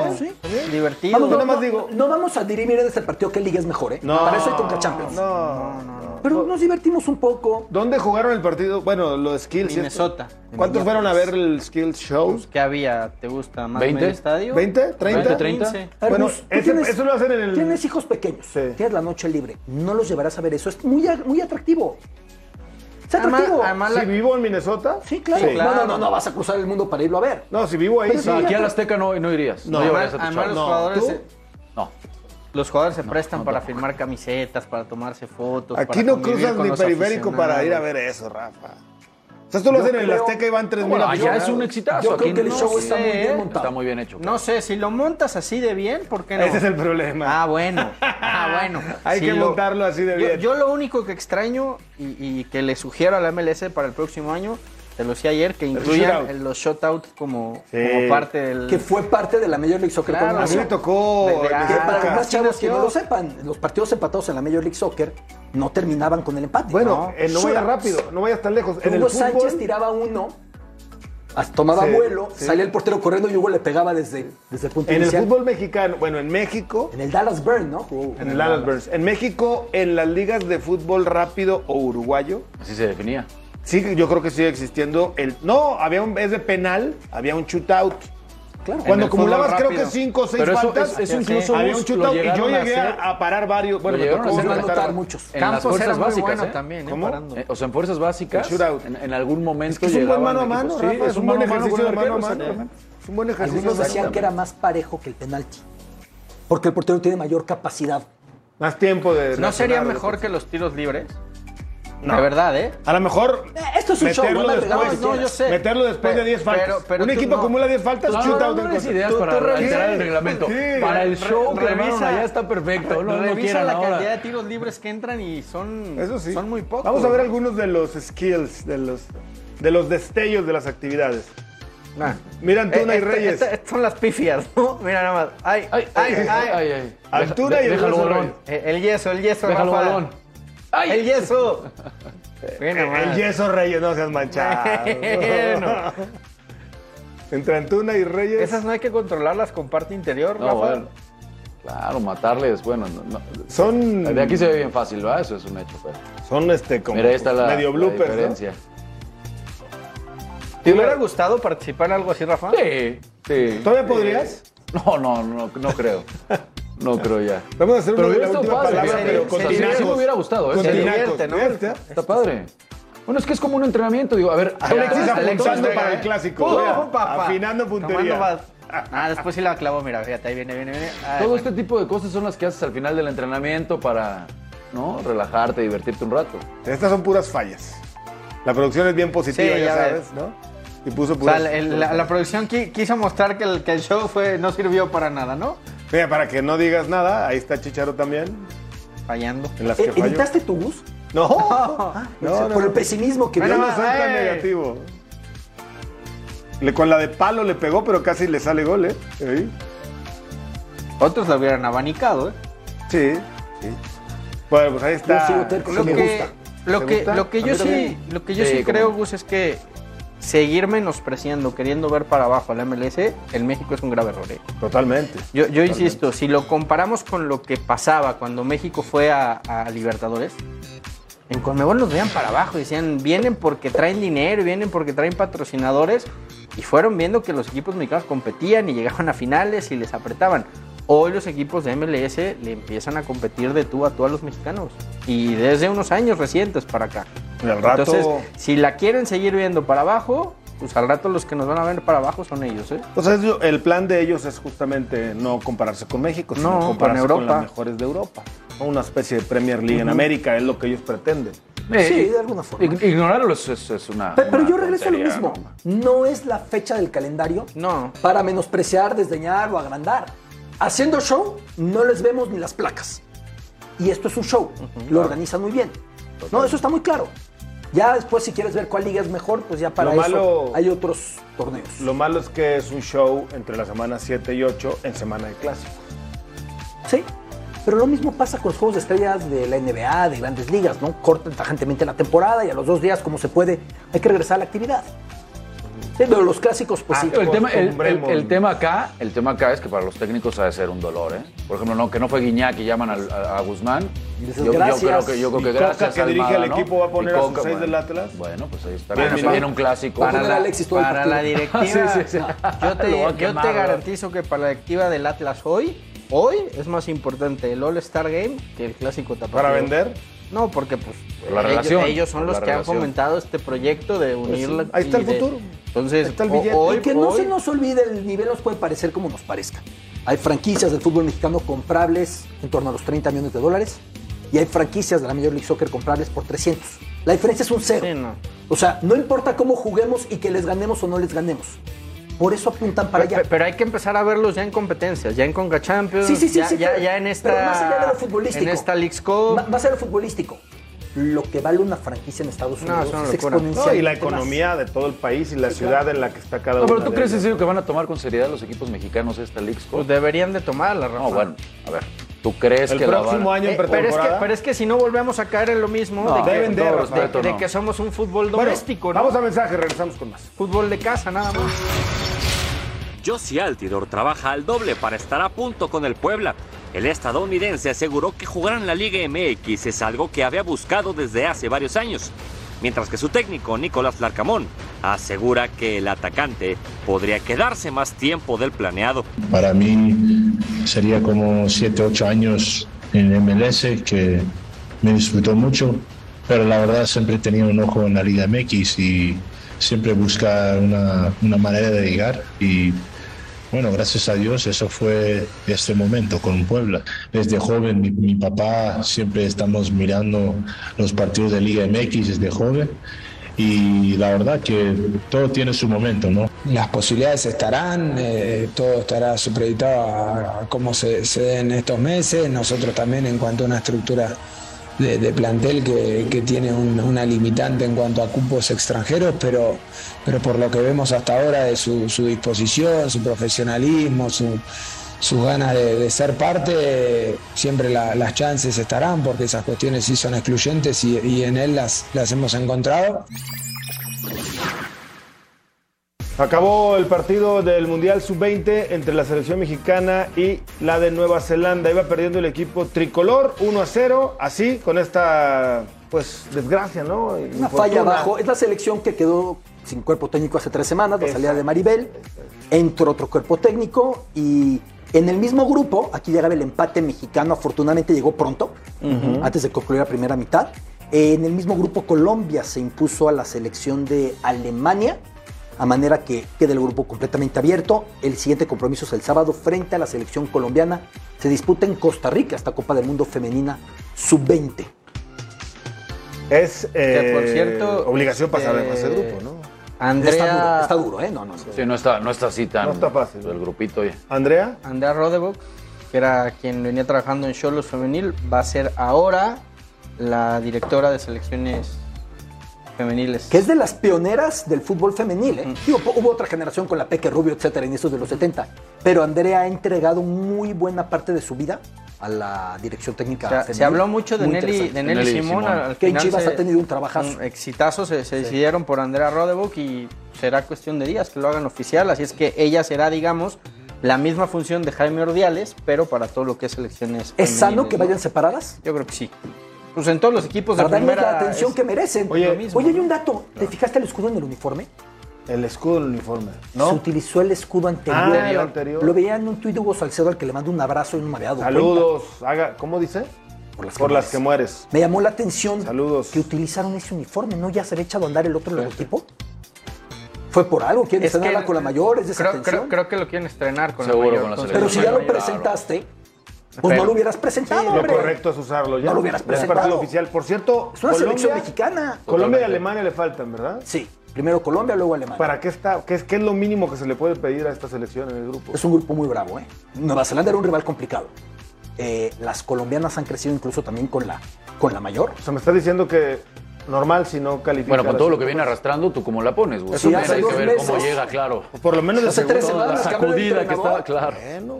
C: divertido.
B: Vamos, no,
C: Yo nada
B: no,
C: más digo-
B: no vamos a dirimir en este partido qué liga es mejor, ¿eh?
A: No,
B: Para eso hay Conca Champions.
A: No,
B: Pero nos divertimos un poco.
A: ¿Dónde jugaron el partido? Bueno, lo de skills. ¿cierto?
C: Minnesota.
A: ¿Cuántos fueron a ver el skills show?
C: ¿Qué había? ¿Te gusta más
A: ¿Veinte?
C: el estadio?
A: ¿Veinte? ¿Treinta?
C: Quince.
A: Bueno,
B: Gus, tú
A: ese- eso lo hacen en el-
B: Tienes hijos pequeños, tienes la noche libre, no los llevarás a ver eso. Es muy, a- muy atractivo. Es
A: Además-
B: atractivo.
A: además la- Si vivo en Minnesota.
B: Sí, claro.
A: Sí, claro.
B: No, no, no, no vas a cruzar el mundo para irlo a ver.
A: No, si vivo ahí,
B: Pero
A: sí.
B: sí,
D: Aquí al Azteca no, no irías.
C: No,
D: llevarías
C: además-
D: a tu
C: además
D: chavo.
C: los jugadores
D: ¿tú?
C: se-
D: No.
C: Los jugadores se prestan para firmar camisetas, para tomarse fotos.
A: Aquí
C: para
A: no
C: convivir
A: cruzas
C: con
A: ni
C: los
A: periférico para ir a
C: aficionados.
A: ver eso, Rafa. O sea, esto lo
C: Yo
A: hacen en el
C: creo-
A: Azteca y van 3.000
C: Bueno, allá
A: aficionados.
C: es un exitazo,
D: Yo creo aquí que el no show está
C: sé, muy bien ¿eh?
D: Está muy bien hecho.
C: No sé, si lo montas así de bien, ¿por qué no?
A: Ese es el problema.
C: Ah, bueno. Ah, bueno.
A: Hay
C: Si
A: que
C: lo-
A: montarlo así de
C: yo-
A: bien.
C: Yo, lo único que extraño y, y que le sugiero a la MLS para el próximo año, te lo decía ayer, que incluyan
A: shootout.
C: el- los shutouts como,
A: Sí.
C: como parte del...
B: Que fue parte de la Major League Soccer.
C: Claro,
B: cuando
C: a mí
B: nació.
C: me tocó
B: Que
C: en mi
B: para
C: época.
B: los más chavos que no lo
C: Nació.
B: sepan, los partidos empatados en la Major League Soccer no terminaban con el empate.
A: Bueno, eh, no vayas
B: Shootouts.
A: rápido, no vayas tan lejos. En el
B: Hugo
A: fútbol,
B: Sánchez tiraba uno, as- tomaba
A: Sí,
B: vuelo,
A: sí.
B: salía el portero corriendo y Hugo le pegaba desde, desde el punto
A: En el
B: inicial.
A: fútbol mexicano, bueno, en México.
B: En el Dallas Burn, ¿no?
A: En el Dallas Burns. En México, en las ligas de fútbol rápido o uruguayo,
D: Así se definía.
A: sí, yo creo que sigue existiendo el. No, había un. Es de penal, había un shootout.
B: Claro.
D: En
A: Cuando
D: el fútbol
A: acumulabas creo que
D: rápido.
A: 5 o 6
D: Pero eso-
A: faltas,
D: es- eso incluso
A: había un
D: lo
A: shootout y yo
D: llegaron a
A: llegué a,
D: hacer.
A: a parar varios. Bueno,
D: Lo
A: me
D: llegaron
A: tocó
D: a hacer
A: matar
D: anotar
B: muchos.
D: En las
C: Campos
D: fuerzas
C: era muy
D: básicas,
C: bueno
D: ¿eh?
C: también, ¿eh?
D: ¿Cómo?
C: Parando.
D: Eh, o sea, en fuerzas básicas, en, en algún momento
A: Es que es un buen
D: llegaban
A: mano a mano,
D: equipos- Sí,
A: Rafa, es un buen
D: mano a mano
A: ejercicio de
D: con
A: mano a
D: arqueros,
A: mano.
D: exactamente.
A: Es un buen ejercicio.
B: Algunos decían que era más parejo que el penalti. Porque el portero tiene mayor capacidad.
A: Más tiempo de.
C: ¿No sería
A: reaccionar, de
C: mejor que los tiros libres?
A: No.
C: De verdad, ¿eh?
A: A lo mejor.
B: esto es un show,
A: meterlo
B: no me
A: después,
C: regalas, no, yo sé.
A: Meterlo después de
C: Pero-
A: 10 faltas.
C: pero- pero
A: un
C: tú
A: equipo
C: no.
A: acumula 10 faltas,
D: No, no,
A: shootout.
D: no,
A: en
D: no des
A: contra.
D: ideas
A: Tú-
D: para
A: tú revisa.
D: alterar el reglamento.
A: Sí.
D: Para el
C: Re-
D: show que armaron
C: revisa-
D: allá está perfecto. No, no
C: Revisa
D: quieran
C: la
D: ahora.
C: cantidad de tiros libres que entran y son,
A: Eso sí.
C: son muy pocos.
A: Vamos a ver algunos de los skills, de los, de los destellos de las actividades.
C: Nah.
A: Mira,
C: Eh,
A: Antuna y
C: esta-
A: Reyes.
C: esta- estas son las pifias, ¿no? Mira nada más. Ay, ay, ay, ay.
A: Antuna y el
D: Déjalo
A: Reyes.
D: balón.
C: Eh, El yeso, el yeso,
D: Déjalo
C: Rafa.
D: balón.
C: ¡Ay! El yeso. Ve nomás.
A: El yeso Reyes, no seas manchado.
C: Ah, Bueno.
A: Entre Antuna y Reyes.
C: Esas no hay que controlarlas con parte interior,
D: No,
C: Rafa.
D: bueno. Claro, matarles, bueno. no- no.
A: Son.
D: De aquí se ve bien fácil, ¿verdad? Eso es un hecho, pero.
A: Son este como
D: Mira, ahí está la,
A: medio
D: la
A: bloopers. ¿no?
D: diferencia.
C: ¿Te hubiera gustado participar en algo así, Rafa?
D: Sí, sí. Eh,
A: ¿Todavía podrías?
D: No, no, no, no creo. No creo ya.
A: Vamos a hacer uno
D: Pero
A: de la
D: hubiera
A: última
D: estado padre,
A: palabra,
D: hubiera-
A: pero
D: sí,
A: con
D: sí,
A: tinacos.
D: sí me hubiera gustado, ¿eh?
A: Con
D: Se
A: tinacos,
C: divierte,
A: Este,
C: ¿no?
A: ¿viste?
D: Está padre. Bueno, es que es como un entrenamiento, digo, a ver. este
A: Alexis
D: hasta
A: apuntando
D: Vega,
A: para el
D: ¿eh?
A: clásico.
C: Pum,
A: vea,
C: pum, papá.
A: afinando puntería.
C: Tomando va- Ah, después sí la clavo, mira, fíjate, ahí viene, viene, viene. Ah,
D: Todo
C: bueno.
D: este tipo de cosas son las que haces al final del entrenamiento para, ¿no? Relajarte, divertirte un rato.
A: Estas son puras fallas. La producción es bien positiva,
C: Sí,
A: ya
C: ya
A: sabes,
C: ves.
A: ¿no? Y puso
C: O sea,
A: puras.
D: pues,
C: el-
D: este
C: la, la producción qui- quiso mostrar que el, que el show fue, no sirvió para nada, ¿no?
A: Mira, para que no digas nada, ahí está Chicharo también.
C: Fallando.
A: En las que
B: Eh,
A: falló.
B: ¿Editaste tu bus? Ah,
A: No,
B: por
A: no, no.
B: el pesimismo que
A: Yo
C: Bueno,
B: vio.
A: no soy tan
C: ¡Ey!
A: negativo. Le- con la de palo le pegó, pero casi le sale gol, ¿eh? Ahí.
C: Otros la hubieran abanicado, ¿eh?
A: Sí. sí. Bueno, pues ahí está.
B: Yo sigo terco,
C: Creo
B: me
C: que
B: gusta.
C: Lo
D: ¿Te
C: que,
D: gusta?
C: lo que
D: A
C: yo
D: mí
C: sí,
D: también.
C: lo que yo
D: Sí,
C: sí,
D: cómo
C: creo,
D: no.
C: Gus, es que seguir menospreciando, queriendo ver para abajo a la MLS, en México es un grave error. ¿eh?
A: Totalmente.
C: Yo, yo insisto, si lo comparamos con lo que pasaba cuando México fue a, a Libertadores, en Conmebol los veían para abajo y decían, vienen porque traen dinero, y vienen porque traen patrocinadores, y fueron viendo que los equipos mexicanos competían y llegaban a finales y les apretaban. Hoy los equipos de MLS le empiezan a competir de tú a tú a los mexicanos, y desde unos años recientes para acá.
A: Y al rato-
C: Entonces, si la quieren seguir viendo para abajo, pues al rato los que nos van a ver para abajo son ellos, ¿eh?
A: Entonces el plan de ellos es justamente no compararse con México, sino
C: No, con
A: compararse con,
C: Europa.
A: las mejores de Europa. ¿no? Una especie de Premier League en
D: Ujú.
A: América es lo que ellos pretenden.
D: Eh,
B: Sí,
D: y-
B: de alguna forma.
D: ig- Ignorarlo es, es- es una.
B: Pe- Pero,
D: una
B: yo regreso a lo
D: tontería,
B: mismo. No es la fecha del calendario para menospreciar, desdeñar o agrandar. Haciendo show, no les vemos ni las placas. Y esto es un show. Lo organizan muy bien. No, eso está muy claro. Ya después, si quieres ver cuál liga es mejor, pues ya para eso
A: Lo malo-
B: hay otros torneos.
A: Lo malo es que es un show entre la semana 7 y 8 en semana de clásicos.
B: Sí. Pero lo mismo pasa con los juegos de estrellas de la NBA, de grandes ligas, ¿no? Cortan tajantemente la temporada y a los dos días, como se puede, hay que regresar a la actividad. Sí, pero los clásicos, pues
C: Ah,
B: sí.
D: el, tema, el- el- el tema acá, el tema acá es que para los técnicos ha de ser un dolor, ¿eh? Por ejemplo, no, que no fue Guiñac que llaman al- a, a Guzmán. Yo, yo creo que yo creo que
A: Y Coca,
D: gracias
A: que dirige
D: Almada,
A: el
D: ¿no?
A: equipo, va a
D: Y
A: poner a sus
D: Coca,
A: seis
D: bueno.
A: del Atlas.
D: Bueno, pues ahí está.
A: Bien,
D: Bien,
A: mira.
D: viene un clásico.
A: Va a poner a Alexis todo el
C: para la
A: partido.
C: directiva.
D: Sí, sí, sí.
C: Yo, te,
D: Lo va a
C: yo
D: quemar,
C: te
D: ¿verdad?
C: garantizo que para la directiva del Atlas hoy, hoy es más importante el All-Star Game que el clásico tapado.
A: ¿Para vender?
C: No, porque pues
A: Por la
C: ellos,
A: relación.
C: ellos son
A: Por
C: los
A: la
C: que
A: relación.
C: han fomentado este proyecto de unir
B: sí.
C: la-
B: Ahí está el
C: y de-
B: futuro.
C: Entonces, o- hoy,
B: y que no
C: hoy-
B: se nos olvide, el nivel nos puede parecer como nos parezca. Hay franquicias del fútbol mexicano comprables en torno a los 30 millones de dólares y hay franquicias de la Major League Soccer comprables por 300. La diferencia es un cero. O sea, no importa cómo juguemos y que les ganemos o no les ganemos. Por eso apuntan para allá.
C: Pe- Pero hay que empezar a verlos ya en competencias, ya en Conca Champions,
B: Sí, sí, sí,
C: ya,
B: sí,
C: ya-
B: pero-
C: ya en esta
B: pero más allá de lo futbolístico.
C: en esta Leagues Cup.
B: Va, va a ser lo futbolístico. Lo que vale una franquicia en Estados
C: No,
B: Unidos
C: es una
B: es
C: locura.
B: exponencial.
A: No, y la economía de todo el país y la ciudad en la que está cada
D: No,
A: uno.
D: Ah, pero ¿tú crees en serio que van a tomar con seriedad los equipos mexicanos esta League Cup?
C: Pues deberían de tomarla, Rafa.
D: No,
L: pues,
D: bueno, a ver. ¿Tú crees
C: El
D: que la
C: próximo
D: van a-
C: año en Eh, pero es que- pretemporada. pero es que si no volvemos a caer en lo mismo
D: No,
C: de, que,
D: deben de,
C: de-
D: Rafa.
C: de-
D: Respeto,
C: de
D: no.
C: que somos un fútbol
A: Bueno,
C: doméstico, ¿no?
A: Vamos a mensaje, regresamos con más.
C: Fútbol de casa, nada más.
L: Josie Altidor trabaja al doble para estar a punto con el Puebla. El estadounidense aseguró que jugar en la Liga MX es algo que había buscado desde hace varios años, mientras que su técnico Nicolás Larcamón asegura que el atacante podría quedarse más tiempo del planeado.
M: Para mí sería como 7, 8 años en MLS que me disfrutó mucho, pero la verdad siempre he tenido un ojo en la Liga MX y siempre buscar una, una manera de llegar y bueno, gracias a Dios eso fue este momento con Puebla. Desde joven mi, mi papá siempre estamos mirando los partidos de Liga MX desde joven y la verdad que todo tiene su momento, ¿no?
N: Las posibilidades estarán, eh, todo estará supeditado a, a cómo se, se den estos meses. Nosotros también, en cuanto a una estructura de, de plantel que, que tiene un- una limitante en cuanto a cupos extranjeros, pero, pero por lo que vemos hasta ahora de su, su disposición, su profesionalismo, su, sus ganas de, de ser parte, eh, siempre la- las chances estarán, porque esas cuestiones sí son excluyentes y, y en él las, las hemos encontrado.
A: Acabó el partido del Mundial Sub-20 entre la selección mexicana y la de Nueva Zelanda. Iba perdiendo el equipo tricolor 1 a 0, así con esta pues desgracia, ¿no?
B: Una falla abajo. Es la selección que quedó sin cuerpo técnico hace tres semanas, la salida de Maribel. Entró otro cuerpo técnico y en el mismo grupo, aquí llegaba el empate mexicano, afortunadamente llegó pronto,
O: Ujú.
B: antes de concluir la primera mitad. En el mismo grupo Colombia se impuso a la selección de Alemania, a manera que queda el grupo completamente abierto. El siguiente compromiso es el sábado frente a la selección colombiana. Se disputa en Costa Rica esta Copa del Mundo Femenina Sub-20.
A: Es eh,
C: Que, por cierto,
A: obligación pasar
C: eh,
A: a ese grupo, ¿no?
C: Andrea- Está duro, está
B: duro, ¿eh? No, no.
D: Sí, no está, no está así tan.
C: No está
A: fácil.
D: El grupito. oye.
A: Andrea.
C: Andrea Rodebock, que era quien venía trabajando en Cholos Femenil, va a ser ahora la directora de selecciones femeniles.
B: que es de las pioneras del fútbol femenil. ¿eh? Digo, po- hubo otra generación con la Peque Rubio, etcétera, en esos de los 70. Pero Andrea ha entregado muy buena parte de su vida a la dirección técnica.
C: O sea,
B: femenil.
C: se habló mucho de
B: Muy
C: Nelly,
B: interesante.
C: de Nelly Simón. al
B: que en
C: final
B: Chivas
C: se-
B: ha tenido un trabajazo.
C: Un exitazo, se, se decidieron por Andrea Rodebock y será cuestión de días que lo hagan oficial. Así es que ella será, digamos, la misma función de Jaime Ordiales, pero para todo lo que es selecciones.
B: ¿Es sano
C: femeniles,
B: que
C: ¿no?
B: vayan separadas?
C: Yo creo que sí. Pues en todos los equipos de
B: Para darles
C: primera.
B: la atención
C: es-
B: que merecen.
C: Oye,
B: Oye, hay un dato. ¿Te fijaste el escudo en el uniforme?
A: El escudo del uniforme.
B: ¿no? Se utilizó el escudo anterior.
A: Ah, el anterior.
B: Lo veía en un tuit de Hugo Salcedo al que le mando un abrazo y no me había dado cuenta.
A: Saludos. Haga, ¿Cómo dice?
B: Por las,
A: Por las que mueres.
B: Me llamó la atención que utilizaron ese uniforme, ¿no? Ya se había echado a andar el otro logotipo. Fue por algo, quieren
C: es que-
B: estrenarla con la mayor, es
C: creo,
B: desatención.
C: creo, creo que lo quieren estrenar con
B: Seguro,
C: la mayor.
B: con la
C: entonces-
B: Pero si ya lo
C: Claro.
B: presentaste, pues
C: Pero-
B: no lo hubieras presentado,
A: Lo
B: hombre.
A: correcto es usarlo ya.
B: No lo hubieras
A: Ya Es
B: presentado.
A: partido oficial. Por cierto,
B: Es una selección mexicana.
A: Colombia y
B: Totalmente.
A: Alemania le faltan, ¿verdad?
B: Sí. Primero Colombia, luego Alemania.
A: ¿Para qué está? ¿Qué es, qué es lo mínimo que se le puede pedir a esta selección en el grupo?
B: Es un grupo muy bravo, ¿eh? Nueva Zelanda era un rival complicado. Eh, las colombianas han crecido incluso también con la, con la mayor.
A: O sea, me estás diciendo que normal si no califica.
D: Bueno, con
A: las
D: todo lo que viene
A: Eurocopas.
D: arrastrando, ¿tú cómo la pones, güey?
A: Eso ya
D: Hay
A: hace
D: que
A: dos
D: ver cómo
A: meses.
D: llega, claro.
A: Pues Por lo menos de seguro.
D: Toda La sacudida que estaba, claro.
A: Bueno.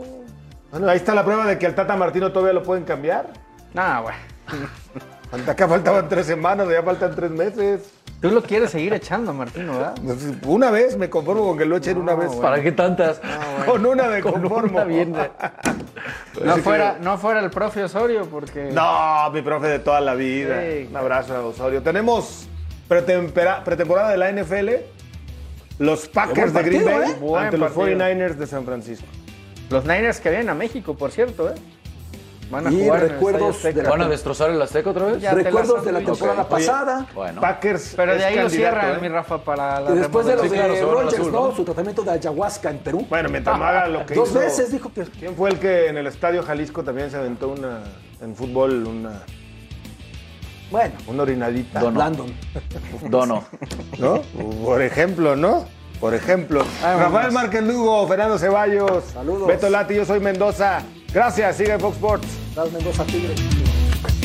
A: Bueno, ahí está la prueba de que al Tata Martino todavía lo pueden cambiar.
C: Nah, güey.
A: Falta- Acá faltaban tres semanas, ya faltan tres meses.
C: Tú lo quieres seguir echando, Martino, ¿verdad?
A: Una vez, me conformo con que lo echen una vez.
C: bueno. ¿Para qué
D: tantas?
A: Con una me conformo.
C: No
A: Pues Sí,
C: fuera, no fuera el profe Osorio, porque.
A: No, mi profe de toda la vida.
C: Sí.
A: Un abrazo a Osorio. Tenemos pretempera- pretemporada de la NFL. Los Packers de
C: Buen
A: Green
C: partido,
A: Bay
C: ¿eh? Buen
A: ante los
C: partido.
A: 49ers de San Francisco.
C: Los Niners que vienen a México, por cierto, ¿eh? Van a
A: Y
C: jugar. en el
A: recuerdos
C: Estadio Azteca.
A: de la-
D: ¿Van a destrozar el Azteca otra vez?
C: Ya te Recuerdos la de la
D: Ok.
C: temporada
D: Oye,
B: pasada.
D: Bueno.
A: Packers.
C: Pero de
A: es
C: ahí lo
A: candidato,
C: cierran,
A: ¿eh?
C: mi Rafa, para la
B: Y después de los
C: remodelación.
B: de Rogers, ¿no? Su tratamiento de ayahuasca en Perú. Ah,
A: Bueno, mientras no haga lo que
B: Dos
A: hizo-
B: veces dijo que...
A: ¿Quién fue el que en el Estadio Jalisco también se aventó una en fútbol una
B: Bueno,
A: una orinadita?
B: Dono.
D: Dono.
A: ¿No? Por ejemplo, ¿no? Por ejemplo.
C: Ah,
D: Vámonos.
A: Rafael Márquez Lugo, Fernando Ceballos,
B: Saludos.
A: Beto Lati, yo soy Mendoza. Gracias, sigue Fox Sports.
B: Las Mendoza Tigres.